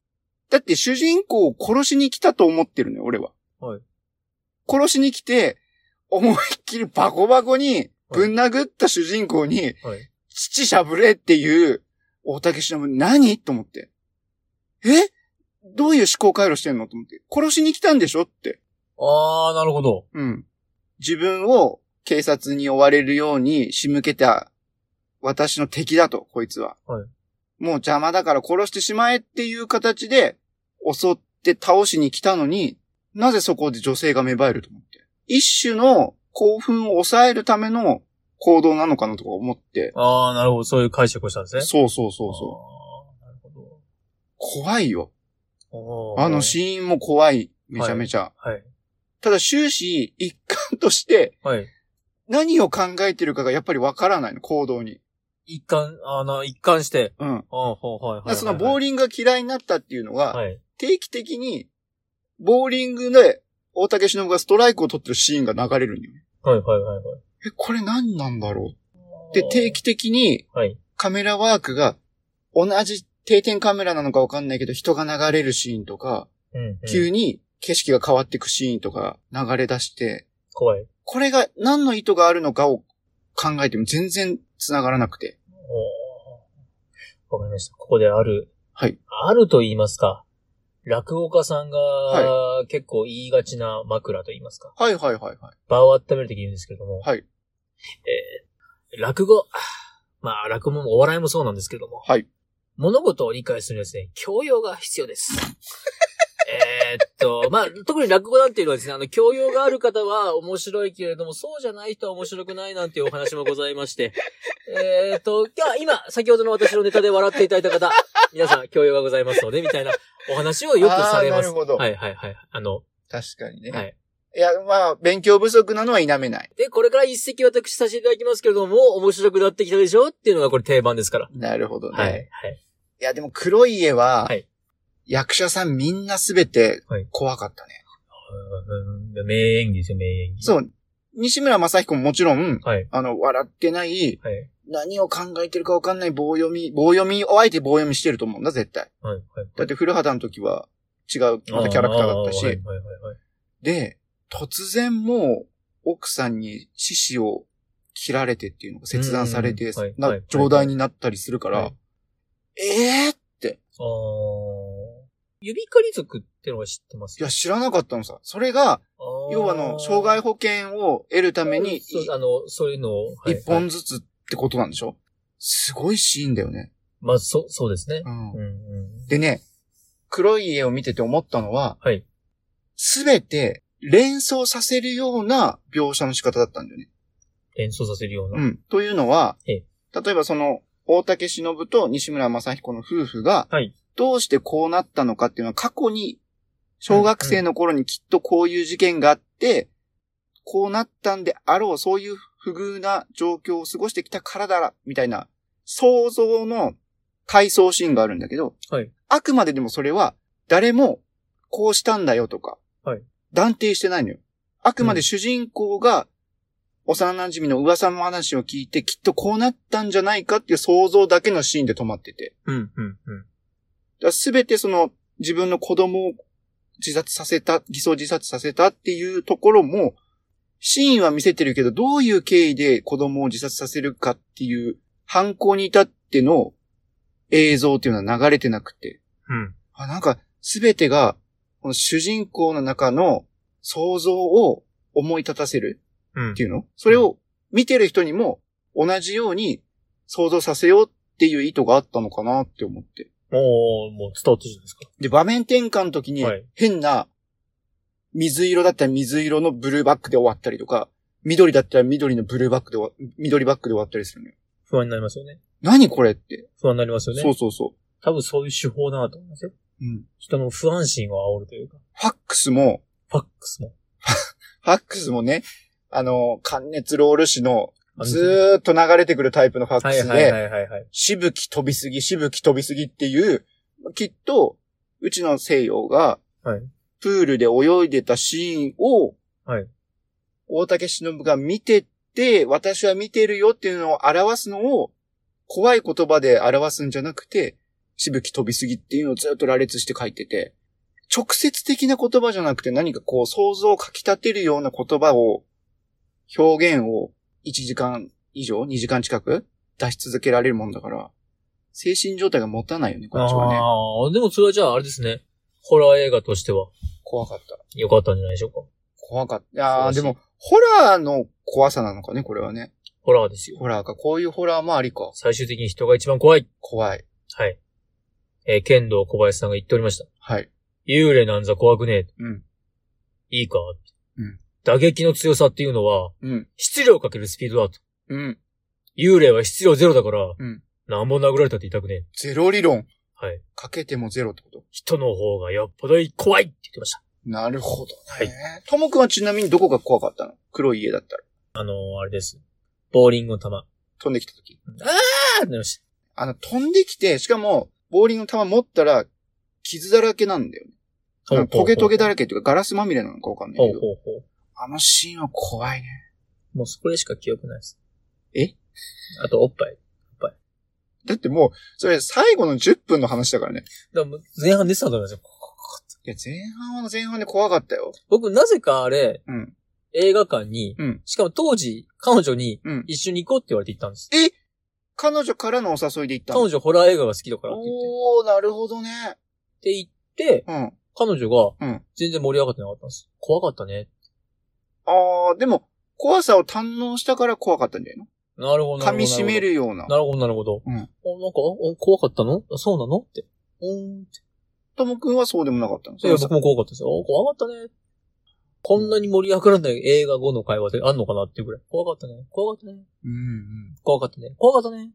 Speaker 2: だって主人公を殺しに来たと思ってるのよ、俺は。
Speaker 1: はい
Speaker 2: 殺しに来て、思いっきりバコバコに、ぶん殴った主人公に、
Speaker 1: はい。
Speaker 2: 父しゃぶれっていう、大竹しのぶ何と思って。えどういう思考回路してんのと思って。殺しに来たんでしょって。
Speaker 1: あー、なるほど。
Speaker 2: うん。自分を警察に追われるように仕向けた私の敵だと、こいつは。
Speaker 1: はい
Speaker 2: もう邪魔だから殺してしまえっていう形で襲って倒しに来たのに、なぜそこで女性が芽生えると思って。一種の興奮を抑えるための行動なのかなとか思って。
Speaker 1: あー、なるほど。そういう解釈をしたんですね。
Speaker 2: そうそうそうそう。
Speaker 1: う。なるほ
Speaker 2: 怖いよ。
Speaker 1: ど。
Speaker 2: あの
Speaker 1: ーン。
Speaker 2: シーンも怖い。めちゃめちゃ。
Speaker 1: はい。
Speaker 2: ただ終始一貫として
Speaker 1: はい。
Speaker 2: 何を考えてるかがやっぱりわからないの、行動に。
Speaker 1: 一貫、あの、一貫して。
Speaker 2: うん。だか
Speaker 1: あー、ほうはいはいはい。
Speaker 2: らそのボー
Speaker 1: リ
Speaker 2: リングが嫌いになったっていうのは、
Speaker 1: はい。
Speaker 2: 定期的にボーリングで大竹忍がストライクを取ってるシーンが流れるのよ。
Speaker 1: はいはいはいはい。
Speaker 2: え、これ何なんだろうで、定期的に
Speaker 1: はい。
Speaker 2: カメラワークが同じ定点カメラなのかわかんないけど人が流れるシーンとか、
Speaker 1: うんうん。
Speaker 2: 急に景色が変わっていくシーンとか流れ出して、
Speaker 1: 怖い。
Speaker 2: これが何の意図があるのかを考えても全然繋がらなくて。
Speaker 1: おーわかりました。ここである。
Speaker 2: はい。
Speaker 1: あると言いますか。落語家さんが
Speaker 2: は、
Speaker 1: 結構言いがちな枕と言いますか。
Speaker 2: はいはいはいはい。
Speaker 1: 場を温めるときに言うんですけれども。
Speaker 2: はい。
Speaker 1: えー落語、まあ、落語もお笑いもそうなんですけれども。
Speaker 2: はい。
Speaker 1: 物事を理解するにはですね、教養が必要 です。えーっと、まあ、特に落語なんていうのはですね、あの、教養がある方は面白いけれども、そうじゃない人は面白くないなんていうお話もございまして。えーっと、じゃあ今、先ほどの私のネタで笑っていただいた方、皆さん、教養がございますので、みたいなお話をよくされます。
Speaker 2: あーなるほど
Speaker 1: はいはいはい。あの、
Speaker 2: 確かにね。。
Speaker 1: はいい。
Speaker 2: や、まあ、勉強不足なのは否めない。
Speaker 1: で、これから一席私させていただきますけれども、もう面白くなってきたでしょっていうのがこれ定番ですから。
Speaker 2: なるほどね。、
Speaker 1: はい。はいい。
Speaker 2: や、でも黒い絵は、
Speaker 1: はい
Speaker 2: 役者さんみんなすべて
Speaker 1: はい
Speaker 2: 怖かったね。
Speaker 1: うん名演技ですよ、名演技。
Speaker 2: そう。西村正彦ももちろん、
Speaker 1: はい。
Speaker 2: あの、笑ってない、
Speaker 1: はい。
Speaker 2: 何を考えてるかわかんない棒読み、棒読み、あえて棒読みしてると思うんだ、絶対。
Speaker 1: はい。はい。
Speaker 2: だって古畑の時は違う、またキャラクターだったし。
Speaker 1: はい。はい。はい。
Speaker 2: で、突然もう奥さんに獅子を切られてっていうのが切断されて、
Speaker 1: うんうんうんはいは
Speaker 2: ない状態になったりするから、
Speaker 1: はい
Speaker 2: ええー、って。
Speaker 1: あー。指狩り族ってのは知ってます
Speaker 2: いや、知らなかったのさ。それが、要はあの、障害
Speaker 1: の
Speaker 2: 保険を得るた
Speaker 1: た
Speaker 2: めに、い
Speaker 1: あの、そういうのを。はい
Speaker 2: 一本。ずつってことなんでしょすごいシーンだよね。
Speaker 1: まあ、そう、そうですね
Speaker 2: う。ん
Speaker 1: うん。うん。
Speaker 2: でね、黒い絵を見てて思ったのは、
Speaker 1: はい。
Speaker 2: すべて連想させるような描写の仕方だったんだよね。
Speaker 1: 連想させるよう
Speaker 2: う
Speaker 1: な。
Speaker 2: ん。というのは、
Speaker 1: え
Speaker 2: 例えばその、大竹忍と西村正彦の夫婦が
Speaker 1: はい、
Speaker 2: どうしてこうなったのかっていうのは過去に、小学生の頃にきっとこういう事件があって、こうなったんであろう、そういう不遇な状況を過ごしてきたからだら、みたいな、想像の回想シーンがあるんだけど、
Speaker 1: はい
Speaker 2: あくまででもそれは、誰もこうしたんだよとか、
Speaker 1: はい
Speaker 2: 断定してないのよ。あくまで主人公が幼馴染の噂の話を聞いて、きっとこうなったんじゃないかっていう想像だけのシーンで止まってて。
Speaker 1: うん。うん。うん。
Speaker 2: すべてその自分の子供を自殺させた、偽装自殺させたっていうところも、シーンは見せてるけど、どういう経緯で子供を自殺させるかっていう犯行に至っての映像っていうのは流れてなくて。
Speaker 1: うん。
Speaker 2: あなんか、すべてが、この主人公の中の想像を思い立たせる。
Speaker 1: うん
Speaker 2: っていうのそれを見てる人にも同じように想像させようっていう意図があったのかなって思って。
Speaker 1: もう、もう伝わってるじゃないですか。
Speaker 2: で、場面転換の時に
Speaker 1: はい
Speaker 2: 変な水色だったら水色のブルーバックで終わったりとか、緑だったら緑のブルーバックで終わ、緑バックで終わったりするのよ。
Speaker 1: 不安になりますよね。
Speaker 2: 何これって。
Speaker 1: 不安になりますよね。
Speaker 2: そうそうそ
Speaker 1: 多分そういう手法だなと思いますよ。
Speaker 2: う。うん。
Speaker 1: 人の不安心を煽るというか、
Speaker 2: ファックスも、
Speaker 1: ファックスも。
Speaker 2: ファックスもね、あの、関熱ロール紙の
Speaker 1: あの
Speaker 2: ずーっと流れてくるタイプのファック
Speaker 1: はい
Speaker 2: ス
Speaker 1: はいは
Speaker 2: で、
Speaker 1: いはいはい。
Speaker 2: しぶき飛びすぎ、しぶき飛びすぎっていう、きっと、うちの西洋が、
Speaker 1: はい
Speaker 2: プールで泳いでたシーンを、
Speaker 1: はい
Speaker 2: 大竹忍が見てて、私は見てるよっていうのを表すのを、怖い言葉で表すんじゃなくて、しぶき飛びすぎっていうのをずっと羅列して書いてて、直接的な言葉じゃなくて何かこう想像をかき立てるような言葉を、表現を1時間以上 ?2 時間近く出し続けられるもんだから、精神状態が持たないよね、こっちはね。
Speaker 1: ああ、でもそれはじゃああれですね。ホラー映画としては
Speaker 2: 怖かった。
Speaker 1: 良かったんじゃないでしょうか。
Speaker 2: 怖かった。いや
Speaker 1: 素
Speaker 2: ー
Speaker 1: 晴らしい
Speaker 2: でも、ホラーの怖さなのかね、これはね。
Speaker 1: ホラーですよ。
Speaker 2: ホラーか。こういうホラーもありか。
Speaker 1: 最終的に人が一番怖い。
Speaker 2: 怖い。
Speaker 1: はい。えー剣道小林さんが言っておりました。
Speaker 2: はい。
Speaker 1: 幽霊なんざ怖くねえ。
Speaker 2: うん。
Speaker 1: いいか。
Speaker 2: うん
Speaker 1: 打撃の強さっていうのは、
Speaker 2: うん。
Speaker 1: 質量かけるスピードだと。
Speaker 2: うん。
Speaker 1: 幽霊は質量ゼロだから、
Speaker 2: うん
Speaker 1: 何本殴られたって痛くねえ。
Speaker 2: ゼロ理論。
Speaker 1: はい。
Speaker 2: かけてもゼロってこと
Speaker 1: 人の方がよっぽど怖いって言ってました。
Speaker 2: なるほど
Speaker 1: はい
Speaker 2: ね。ともくんはちなみにどこが怖かったの黒い家だったら。
Speaker 1: あのー、あれです。ボーリングの玉。
Speaker 2: 飛んできた時。
Speaker 1: あーなりました。
Speaker 2: あの、飛んできて、しかも、ボーリングの球持ったら、傷だらけなんだよね。なんかトゲトゲだらけっていうか、ガラスまみれなのかわかんな
Speaker 1: ほ
Speaker 2: いうけ
Speaker 1: ほう
Speaker 2: ど。
Speaker 1: ほう。
Speaker 2: あのシーンは怖いね。
Speaker 1: もうそこでしか記憶ないです。
Speaker 2: え
Speaker 1: あと、おっぱい。
Speaker 2: だってもう、それ最後の10分の話だからね。
Speaker 1: でも前半出てたと思いますよ。
Speaker 2: いや、前半は前半で怖かったよ。
Speaker 1: 僕、なぜかあれ、
Speaker 2: うん。
Speaker 1: 映画館に、
Speaker 2: うん
Speaker 1: しかも当時、彼女に
Speaker 2: うん。
Speaker 1: 一緒に行こうって言われて行ったんです。
Speaker 2: 彼女からのお誘いで行ったの
Speaker 1: 彼女ホラー映画が好きだからって言っ
Speaker 2: おー、なるほどね。
Speaker 1: て。って言って、
Speaker 2: うん。
Speaker 1: 彼女
Speaker 2: う
Speaker 1: が
Speaker 2: ん、
Speaker 1: 全然盛り上がってなかったんです。怖かったね。
Speaker 2: あー、でも、怖さを堪能したから怖かったんじゃない
Speaker 1: なるほ
Speaker 2: の
Speaker 1: ど、な
Speaker 2: 噛
Speaker 1: るほど。
Speaker 2: み締めるような。
Speaker 1: なるほど、なるほど。
Speaker 2: うん
Speaker 1: あなんか、お怖かったのあそうなのって。うーんって。
Speaker 2: ともくんはそうでもなかったの
Speaker 1: いや、僕も怖かったですよ。お怖かったね。こんなに盛り上がらない映画後の会話ってあんのかなっていうぐらい。怖かったね。怖かったね。
Speaker 2: うんうん。
Speaker 1: 怖かったね。怖かったね。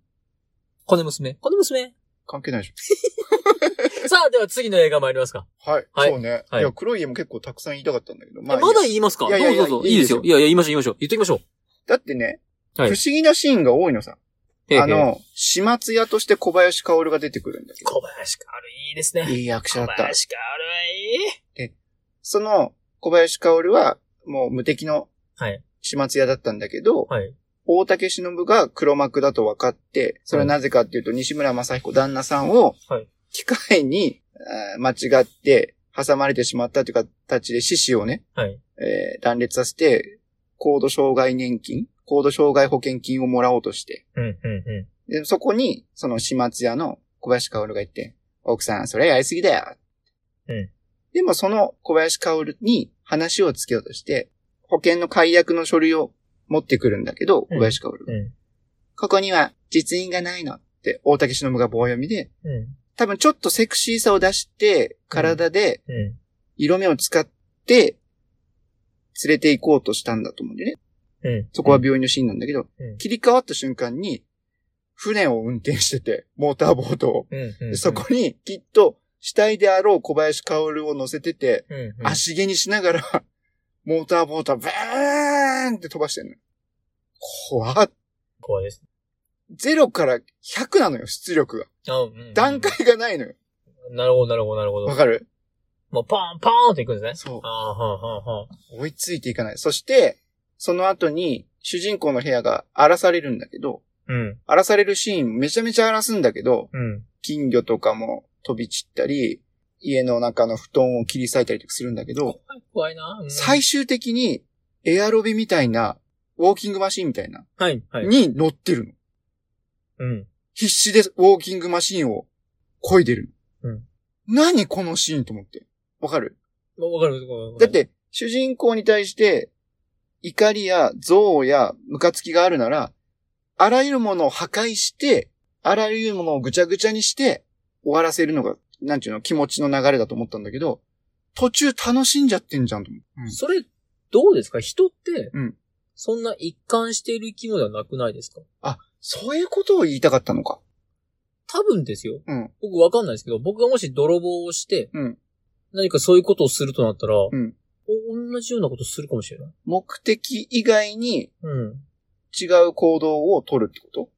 Speaker 1: この娘。この娘。
Speaker 2: 関係ないでし
Speaker 1: さあ、では次の映画参りますか。
Speaker 2: ょ。はい。
Speaker 1: はい
Speaker 2: そうね。
Speaker 1: はい
Speaker 2: いや、黒い家も結構たくさん言いたかったんだけど。ま
Speaker 1: え
Speaker 2: あいいや
Speaker 1: まだ言いますか
Speaker 2: いやいやいや
Speaker 1: どうぞどうぞ。
Speaker 2: いい
Speaker 1: いいで
Speaker 2: ですすよ
Speaker 1: よ。いやいや、言いましょう、言いましょう。言っときましょう。
Speaker 2: だってね、
Speaker 1: はい
Speaker 2: 不思議なシーンが多いのさ。
Speaker 1: ええ
Speaker 2: あ、の、始末屋として小林薫が出てくるんだけ
Speaker 1: 小林かおるいいです
Speaker 2: ど。
Speaker 1: ね。
Speaker 2: いい役者
Speaker 1: 小
Speaker 2: だった。
Speaker 1: 林かおるいい。
Speaker 2: その、小林薫は、もう無敵の
Speaker 1: はい、
Speaker 2: 始末屋だったんだけど、
Speaker 1: はい。
Speaker 2: 大竹忍が黒幕だと分かって、それはなぜかっていうと、西村正彦旦那さんを
Speaker 1: はい、
Speaker 2: 機械に、あー間違って、挟まれてしまったという形で獅子をね、
Speaker 1: はい。
Speaker 2: えー断裂させて、高度障害年金、高度障害保険金をもらおうとして、
Speaker 1: うん、うん、う
Speaker 2: でそこに、その始末屋の小林薫が言って、奥さん、それはやりすぎだよ。
Speaker 1: うん
Speaker 2: でもその小林薫に話をつけようとして、保険の解約の書類を持ってくるんだけど、小林薫が
Speaker 1: ん、う
Speaker 2: ここには実印がないのって、大竹しのぶが棒読みで、
Speaker 1: ん、う
Speaker 2: 多分ちょっとセクシーさを出して、体で
Speaker 1: ん、う
Speaker 2: 色目を使って、連れて行こうとしたんだと思うんでね。
Speaker 1: ん。うん。
Speaker 2: そこは病院のシーンなんだけど、
Speaker 1: うん
Speaker 2: 切り替わった瞬間に、船を運転してて、モーターボートを。
Speaker 1: うん、うん、う
Speaker 2: で
Speaker 1: ん。
Speaker 2: そこに、きっと、死体であろう小林薫を乗せてて、
Speaker 1: うん、うん。
Speaker 2: 足毛にしながら、 モーターボートをブーンって飛ばしてんの。怖っ。
Speaker 1: 怖いです。
Speaker 2: 0から100なのよ、出力が。
Speaker 1: あうんうん
Speaker 2: 段階がないのよ。
Speaker 1: なるほど、なるほど、なるほど
Speaker 2: わ。かる
Speaker 1: もう、ポーン、ポーンっていくんですね。
Speaker 2: そう
Speaker 1: ああ、はんはんはん。
Speaker 2: 追いついていかない。そして、その後に、主人公の部屋が荒らされるんだけど、
Speaker 1: うん、
Speaker 2: 荒らされるシーンめちゃめちゃ荒らすんだけど、
Speaker 1: うん、
Speaker 2: 金魚とかも飛び散ったり、家の中の布団を切り裂いたりとかするんだけど、
Speaker 1: 怖いな。うん
Speaker 2: 最終的にエアロビみたいな、ウォーキングマシンみたいな、
Speaker 1: はい、はい。
Speaker 2: に乗ってる
Speaker 1: う
Speaker 2: の。
Speaker 1: ん。
Speaker 2: 必死でウォーキングマシンを漕いでるの。
Speaker 1: うん
Speaker 2: 何このシーンと思って。わかる
Speaker 1: もうわかる、わか
Speaker 2: だっ
Speaker 1: る。
Speaker 2: て、主人公に対して、怒りや憎悪やムカつきがあるなら、あらゆるものを破壊して、あらゆるものをぐちゃぐちゃにして、終わらせるのが、なんていうの、気持ちの流れだと思ったんだけど、途中楽しんじゃってんじゃんと思う。
Speaker 1: それ、どうですか人って
Speaker 2: うん、
Speaker 1: そんな一貫している生き物ではなくないですか
Speaker 2: そういうことを言いたかったのか。
Speaker 1: 多分ですよ。
Speaker 2: うん
Speaker 1: 僕わかんないですけど、僕がもし泥棒をして、
Speaker 2: うん
Speaker 1: 何かそういうことをするとなったら、
Speaker 2: ん
Speaker 1: お同じようなことするかもしれない。
Speaker 2: 目的以外に
Speaker 1: うん。
Speaker 2: 違う行動を取るってこと、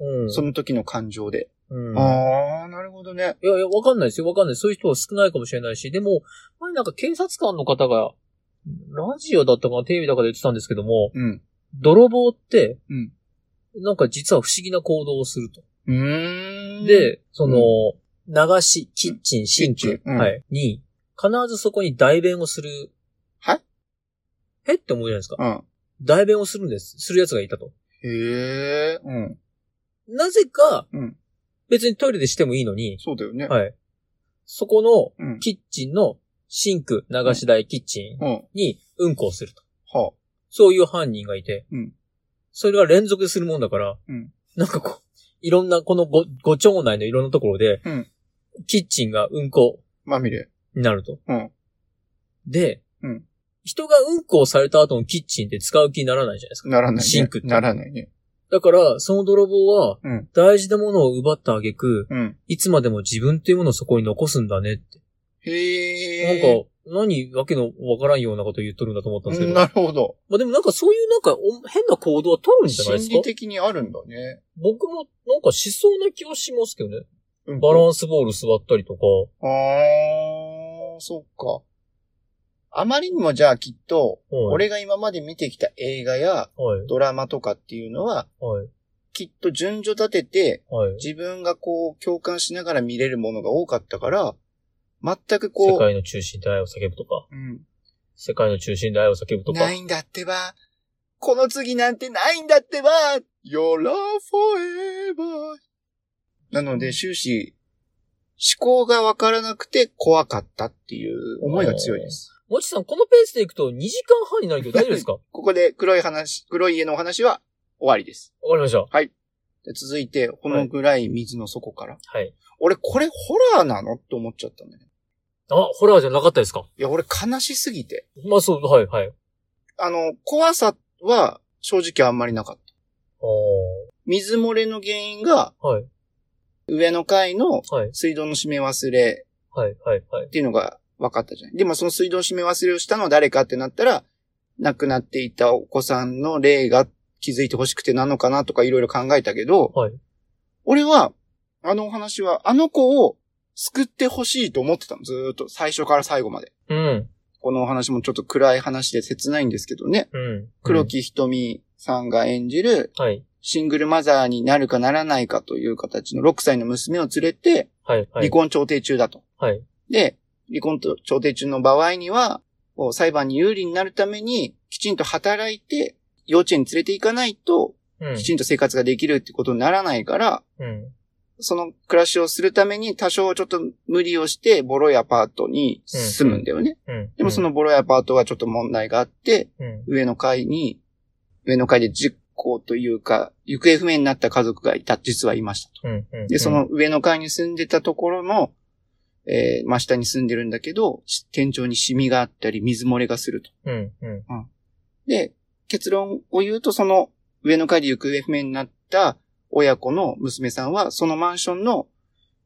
Speaker 1: うん。
Speaker 2: その時の感情で。
Speaker 1: うん、
Speaker 2: ああ、なるほどね。
Speaker 1: いやいや、わかんないですよ。わかんない。そういう人は少ないかもしれないし、でも、前なんか警察官の方が、ラジオだったかな、テレビだかで言ってたんですけども、
Speaker 2: うん。
Speaker 1: 泥棒って、
Speaker 2: うん
Speaker 1: なんか実は不思議な行動をすると。
Speaker 2: うーん。、
Speaker 1: で、その、流し、キッチン、シン
Speaker 2: キッチ
Speaker 1: ク、
Speaker 2: ンうん
Speaker 1: はい、に、必ずそこに代弁をする。
Speaker 2: はい
Speaker 1: えって思うじゃないですか。
Speaker 2: うん。
Speaker 1: 代弁をするんです。する奴がいたと。
Speaker 2: へえ、うん。
Speaker 1: なぜか、
Speaker 2: うん
Speaker 1: 別にトイレでしてもいいのに、
Speaker 2: そうだよね。
Speaker 1: はい。そこの、
Speaker 2: うん。
Speaker 1: キッチンのシンク、流し台キッチン
Speaker 2: うん。は
Speaker 1: にうんこをすると。
Speaker 2: あ。
Speaker 1: そういう犯人がいて、
Speaker 2: うん
Speaker 1: それが連続でするもんだから、
Speaker 2: うん
Speaker 1: なんかこう、いろんな、このご、ご町内のいろんなところで、
Speaker 2: うん
Speaker 1: キッチンがうんこ
Speaker 2: まみれ。
Speaker 1: になると。
Speaker 2: うん
Speaker 1: で、
Speaker 2: うん
Speaker 1: 人がうんこをされた後のキッチンって使う気にならないじゃないですか。
Speaker 2: ならない、ね。
Speaker 1: シンクって
Speaker 2: ならないね。
Speaker 1: だから、その泥棒は
Speaker 2: うん、
Speaker 1: 大事なものを奪った挙句、
Speaker 2: うん。
Speaker 1: いつまでも自分っていうものをそこに残すんだねって。
Speaker 2: へ
Speaker 1: なん
Speaker 2: え。
Speaker 1: か、何わけのわからんようなこと言っとるんだと思ったんですけど。
Speaker 2: なるほど。
Speaker 1: まあでもなんかそういうなんかお変な行動は取るんじゃないです
Speaker 2: 心
Speaker 1: か
Speaker 2: 理的にあるんだね。
Speaker 1: 僕もなんかしそうな気はしますけどね。
Speaker 2: うん
Speaker 1: バランスボール座ったりとか。
Speaker 2: ああ、そっか。あまりにもじゃあきっと、
Speaker 1: はい。
Speaker 2: 俺が今まで見てきた映画や
Speaker 1: はい。
Speaker 2: ドラマとかっていうのは、
Speaker 1: はい。
Speaker 2: きっと順序立てて、
Speaker 1: はい。
Speaker 2: 自分がこう共感しながら見れるものが多かったから、全く
Speaker 1: 世
Speaker 2: こう、
Speaker 1: 界の中心で愛を叫ぶとか。
Speaker 2: うん、
Speaker 1: 世界の中心で愛を叫ぶとか。
Speaker 2: ないんだってば、この次なんてないんだってば、Your love forever. なので終始、思考がわからなくて怖かったっていう思いが強いです。
Speaker 1: もちさん、このペースでいくと2時間半になる けど大丈夫ですかわか
Speaker 2: ここで黒い話、黒い家のお話は終わりです。
Speaker 1: りました。
Speaker 2: で続いて、このぐらい水の底から。
Speaker 1: はい。
Speaker 2: 俺、これホラーなのって思っちゃったんだよね。
Speaker 1: あ、ホラーじゃなかったですか
Speaker 2: いや、俺悲しすぎて。
Speaker 1: まあそう、はい、はい。
Speaker 2: あの、怖さは正直あんまりなかった。
Speaker 1: あー
Speaker 2: 水漏れの原因が、
Speaker 1: はい。
Speaker 2: 上の階の
Speaker 1: はい。
Speaker 2: 水道の閉め忘れ
Speaker 1: はい、はい、はい
Speaker 2: っ。ていうのが分かったじゃない。でもその水道閉め忘れをしたのは誰かってなったら、亡くなっていたお子さんの霊が気づいてほしくてなのかなとかいろいろ考えたけど、
Speaker 1: はい
Speaker 2: 俺は、あのお話は、あの子を救ってほしいと思ってたの。ずーっと、最初から最後まで。
Speaker 1: うん。
Speaker 2: このお話もちょっと暗い話で切ないんですけどね。
Speaker 1: うん。
Speaker 2: 黒木瞳さんが演じる
Speaker 1: うん。はい。
Speaker 2: シングルマザーになるかならないかという形の6歳の娘を連れて
Speaker 1: はい、は
Speaker 2: 離
Speaker 1: い。
Speaker 2: 婚調停中だと。
Speaker 1: はい。
Speaker 2: で、離婚と調停中の場合には、こう裁判に有利になるためにきちんと働いて幼稚園に連れて行かないと
Speaker 1: うん
Speaker 2: き。ちんと生活ができるってことにならないから、
Speaker 1: うん。
Speaker 2: その暮らしをするために多少ちょっと無理をしてボロいアパートに住むんだよね。
Speaker 1: うん。
Speaker 2: でもそのボロいアパートはちょっと問題があって、
Speaker 1: うん、
Speaker 2: 上の階に、上の階で10個というか、行方不明になった家族がいた、実はいました
Speaker 1: う
Speaker 2: と。
Speaker 1: ん。うん。
Speaker 2: で、その上の階に住んでたところの、えー、真下に住んでるんだけど、し天井にシミがあったり、水漏れがすると。
Speaker 1: うん、うん。
Speaker 2: で、結論を言うと、その上の階で行方不明になった親子の娘さんは、そのマンションの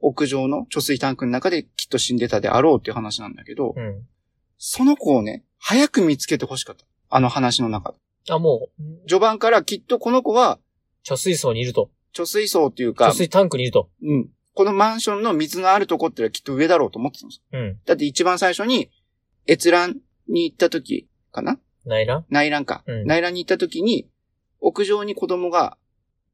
Speaker 2: 屋上の貯水タンクの中できっと死んでたであろうっていう話なんだけど
Speaker 1: う、ん。
Speaker 2: その子をね、早く見つけてほしかった。あの話の中で。
Speaker 1: あ、もう、
Speaker 2: 序盤からきっとこの子は
Speaker 1: 貯水槽にいると。
Speaker 2: 貯水槽っていうか、
Speaker 1: 貯水タンクにいると。
Speaker 2: うん、このマンションの水のあるとこってのはきっと上だろうと思ってたんですよ。
Speaker 1: うん。
Speaker 2: だって一番最初に閲覧に行った時かな
Speaker 1: 内覧
Speaker 2: 内覧か。
Speaker 1: うん
Speaker 2: 内覧に行った時に、屋上に子供が、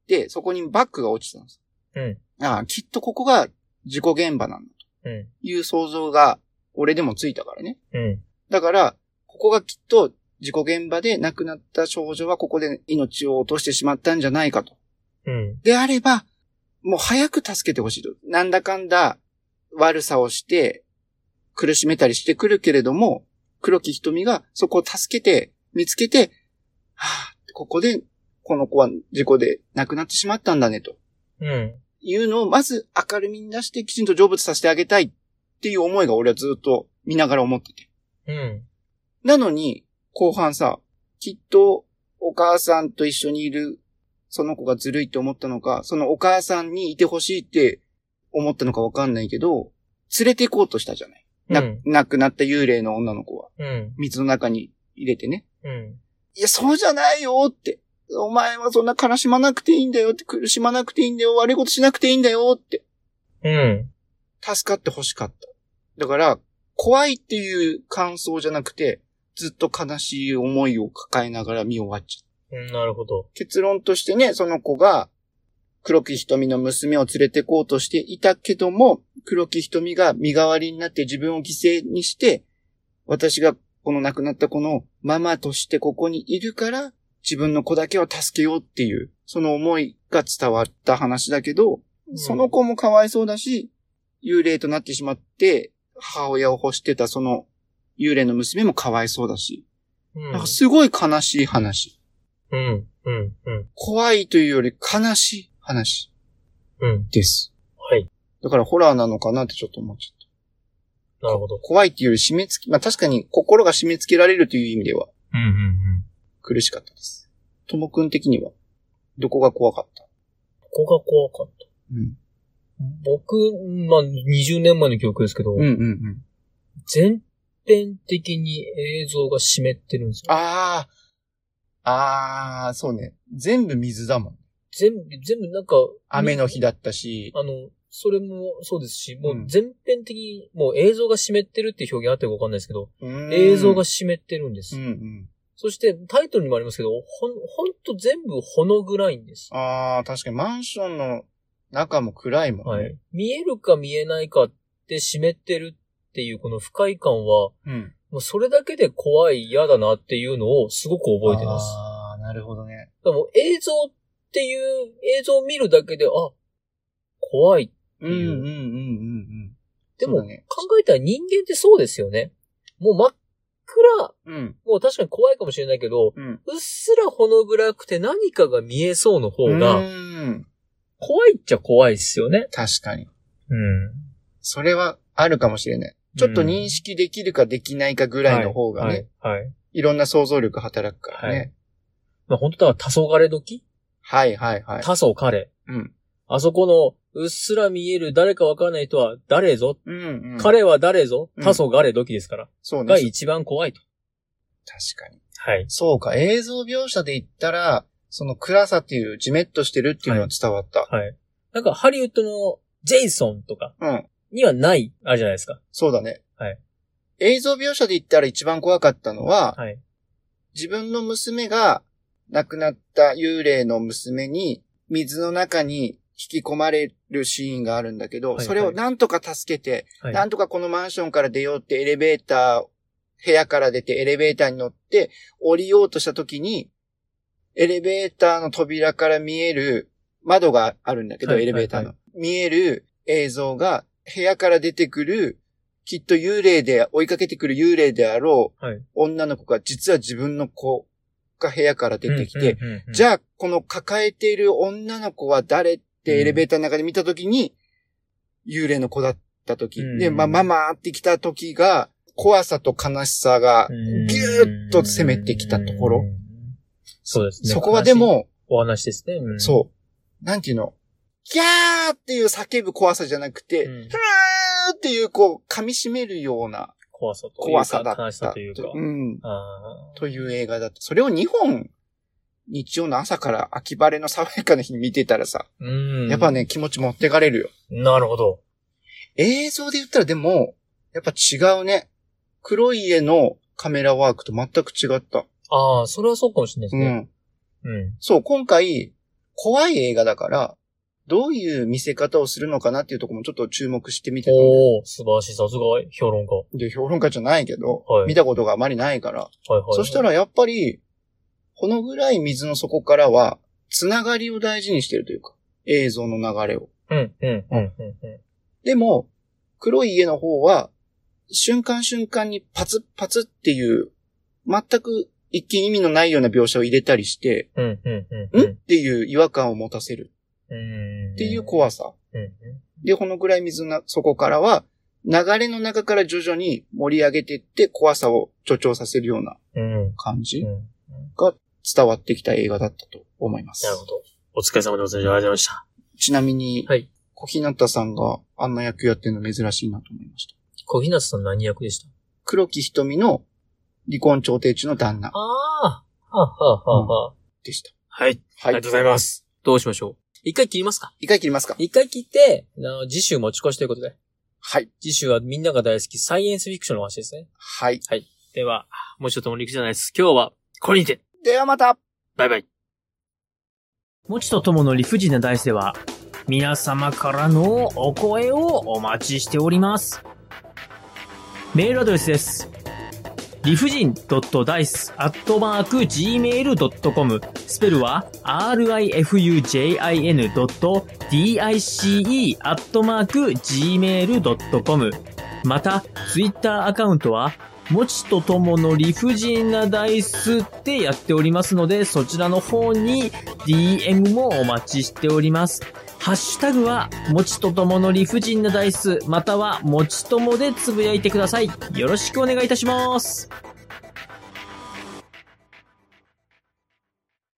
Speaker 2: で、そこにバッグが落ちてたんですよ。ああ、きっとここが事故現場なんだ
Speaker 1: う
Speaker 2: と
Speaker 1: ん。
Speaker 2: いう想像が俺でもついたからね。
Speaker 1: うん。
Speaker 2: だから、ここがきっと事故現場で亡くなった少女はここで命を落としてしまったんじゃないかと。
Speaker 1: うん。
Speaker 2: であれば、もう早く助けてほしいと。なんだかんだ悪さをして、苦しめたりしてくるけれども、黒木瞳がそこを助けて、見つけて、はあ、ここで、この子は事故で亡くなってしまったんだね、と
Speaker 1: うん。
Speaker 2: いうのをまず明るみに出してきちんと成仏させてあげたいっていう思いが俺はずっと見ながら思ってて。
Speaker 1: うん。
Speaker 2: なのに、後半さ、きっとお母さんと一緒にいる、その子がずるいって思ったのか、そのお母さんにいてほしいって思ったのかわかんないけど、連れて行こうとしたじゃない。な、
Speaker 1: うん
Speaker 2: 亡くなった幽霊の女の子は、
Speaker 1: うん。
Speaker 2: 水の中に入れてね。
Speaker 1: うん。
Speaker 2: いや、そうじゃないよって。お前はそんな悲しまなくていいんだよって、苦しまなくていいんだよ、悪いことしなくていいんだよって、
Speaker 1: うん。
Speaker 2: 助かってほしかった。だから、怖いっていう感想じゃなくて、ずっと悲しい思いを抱えながら見終わっちゃった。
Speaker 1: うんなるほど。
Speaker 2: 結論としてね、その子が、黒木瞳の娘を連れてこうとしていたけども、黒木瞳が身代わりになって自分を犠牲にして、私がこの亡くなった子のママとしてここにいるから、自分の子だけを助けようっていう、その思いが伝わった話だけど、その子もかわいそうだし、幽霊となってしまって、母親を欲してたその幽霊の娘もかわいそうだし、
Speaker 1: うん、
Speaker 2: なんかすごい悲しい話。
Speaker 1: うん。うん。うん。
Speaker 2: 怖いというより悲しい話
Speaker 1: うん。
Speaker 2: です。
Speaker 1: はい。
Speaker 2: だからホラーなのかなってちょっと思っちゃった。
Speaker 1: なるほど。
Speaker 2: 怖いっていうより締め付け、まあ確かに心が締め付けられるという意味では
Speaker 1: うん。うん。うん。
Speaker 2: 苦しかったです。ともくん的には、どこが怖かった
Speaker 1: ここが怖かった。
Speaker 2: うん。
Speaker 1: 僕、まあ、20年前の記憶ですけど、
Speaker 2: うんうんうん。
Speaker 1: 全編的に映像が湿ってるんですよ。
Speaker 2: ああ、ああ、そうね。全部水だもん。
Speaker 1: 全部、全部なんか、
Speaker 2: 雨の日だったし、
Speaker 1: あの、それもそうですし、もううん全編的に、もう映像が湿ってるっていう表現あってるかわかんないですけど、
Speaker 2: うん
Speaker 1: 映像が、湿ってるんです。
Speaker 2: うんうん。
Speaker 1: そしてタイトルにもありますけど、ほん、ほんと全部ほの暗いんです。
Speaker 2: ああ、確かにマンションの中も暗いもんね。
Speaker 1: はい。見えるか見えないかって湿ってるっていうこの不快感は、
Speaker 2: うん。
Speaker 1: もうそれだけで怖い嫌だなっていうのをすごく覚えてます。
Speaker 2: ああ、なるほどね。
Speaker 1: でも映像っていう映像を見るだけで、あ、怖い。
Speaker 2: うんうんうんうんうん。
Speaker 1: で
Speaker 2: そ
Speaker 1: も
Speaker 2: うだね
Speaker 1: 考えたら人間ってそうですよね。もう真っ暗、
Speaker 2: うん。
Speaker 1: もう確かに怖いかもしれないけど、
Speaker 2: うん。
Speaker 1: うっすらほの暗くて何かが見えそうの方
Speaker 2: う
Speaker 1: が、
Speaker 2: ん。
Speaker 1: 怖いっちゃ怖いですよね。
Speaker 2: 確かに。
Speaker 1: うん。
Speaker 2: それはあるかもしれない。ちょっと認識できるかできないかぐらいの方がね、い
Speaker 1: はい。はい。はい
Speaker 2: ろんな想像力働くからね。
Speaker 1: まあ本当だから黄昏時
Speaker 2: はい、はい、はい。
Speaker 1: 黄昏。
Speaker 2: うん。
Speaker 1: あそこのうっすら見える誰かわからない人は誰ぞ。
Speaker 2: うん、うん。
Speaker 1: 彼は誰ぞ。
Speaker 2: うん
Speaker 1: 黄昏時ですから。
Speaker 2: そうね。
Speaker 1: が
Speaker 2: 確
Speaker 1: 一番怖いと。
Speaker 2: かに。
Speaker 1: はい。
Speaker 2: そうか、映像描写で言ったら、その暗さっていう、じめっとしてるっていうのは伝わった。
Speaker 1: はい。なんかハリウッドのジェイソンとか
Speaker 2: うん。
Speaker 1: にはない、あれじゃないですか。
Speaker 2: そうだね。
Speaker 1: はい
Speaker 2: 映像描写で言ったら一番怖かったのは、
Speaker 1: はい。
Speaker 2: 自分の娘が亡くなった幽霊の娘に水の中に引き込まれるシーンがあるんだけど、
Speaker 1: はいはい
Speaker 2: それをなんとか助けて、
Speaker 1: はい。
Speaker 2: なんとかこのマンションから出ようってエレベーター、部屋から出てエレベーターに乗って降りようとした時に、エレベーターの扉から見える窓があるんだけど、
Speaker 1: はい
Speaker 2: エレベーターの。見える映像が部屋から出てくる、きっと幽霊で、追いかけてくる幽霊であろう、
Speaker 1: はい
Speaker 2: 女の子が実は自分の子が部屋から出てきて、
Speaker 1: うんうんうんうん
Speaker 2: じゃあ、この抱えている女の子は誰ってエレベーターの中で見たときに、幽霊の子だったとき、
Speaker 1: うん
Speaker 2: で、まあ、ママって来たときが、怖さと悲しさが、ぎゅーっと攻めてきたところ。
Speaker 1: そうですね。
Speaker 2: そこはでも、
Speaker 1: お話ですね。うん
Speaker 2: そう、なんていうの、ギャーっていう叫ぶ怖さじゃなくて、
Speaker 1: う
Speaker 2: ふ、
Speaker 1: ん
Speaker 2: ーっていう、こう、噛み締めるような
Speaker 1: 怖さというか。
Speaker 2: 怖さだった。
Speaker 1: 悲しさというか。
Speaker 2: うん。
Speaker 1: あー
Speaker 2: という映画だった。それを2本、日曜の朝から秋晴れの爽やかな日に見てたらさ、
Speaker 1: うん。
Speaker 2: やっぱ。ね、気持ち持ってかれるよ。
Speaker 1: なるほど。
Speaker 2: 映像で言ったらでも、やっぱ違うね。黒い絵のカメラワークと全く違った。
Speaker 1: ああ、それはそうかもしれないです
Speaker 2: う
Speaker 1: ね。
Speaker 2: ん。
Speaker 1: うん。
Speaker 2: そう、今回、怖い映画だから、どういう見せ方をするのかなっていうところもちょっと注目してみてたのね
Speaker 1: おー、素晴らしい。さすが、評論家。は
Speaker 2: で、評論家じゃないけど、
Speaker 1: はい
Speaker 2: 見たことがあまりないから。
Speaker 1: いはい。
Speaker 2: そした、らやっぱり、このぐらい水の底からは、つながりを大事にしてるというか、映像の流れを。
Speaker 1: うん、うん、うん、うん。う
Speaker 2: でも、黒い家の方は、瞬間瞬間にパツッパツッっていう、全く一見意味のないような描写を入れたりして、
Speaker 1: ん、うん、うん。
Speaker 2: んっていう違和感を持たせる
Speaker 1: うん。
Speaker 2: っていう怖
Speaker 1: さ。
Speaker 2: さ。
Speaker 1: うん、うん。
Speaker 2: で、このぐらい水の底からは、流れの中から徐々に盛り上げていって怖さを助長させるような
Speaker 1: うん。
Speaker 2: 感じ
Speaker 1: うん
Speaker 2: が伝わってきた映画だったと思います。
Speaker 1: なるほど。お疲れ様でございました。ありがとうございました。
Speaker 2: ちなみに、
Speaker 1: はい
Speaker 2: 小日向さんがあんな役やってるの珍しいなと思いました。
Speaker 1: 小日向さん何役でした
Speaker 2: 黒木瞳の離婚調停中の旦那
Speaker 1: ああー。はあ、はあ、はあ、はあ。
Speaker 2: でした。
Speaker 1: はい。あり
Speaker 2: はい。
Speaker 1: がとうございます。どうしましょう。一回切りますか
Speaker 2: 一回切りますか
Speaker 1: 一回切って、あの、次週持ち越しということで。
Speaker 2: はい。
Speaker 1: 次週はみんなが大好きサイエンスフィクションの話ですね。
Speaker 2: はい。
Speaker 1: では、もうちょっとも陸じゃないです。今日は、これにて
Speaker 2: ではまた
Speaker 1: バイバイ。もちとともの理不尽なダイスでは、皆様からのお声をお待ちしております。メールアドレスです。理不尽 .dice.gmail.com スペルは rifujin.dice.gmail.com また、ツイッターアカウントは、もちとともの理不尽なダイスってやっておりますので、そちらの方に DM もお待ちしております。ハッシュタグは、もちとともの理不尽なダイス、または、もちともでつぶやいてください。よろしくお願いいたします。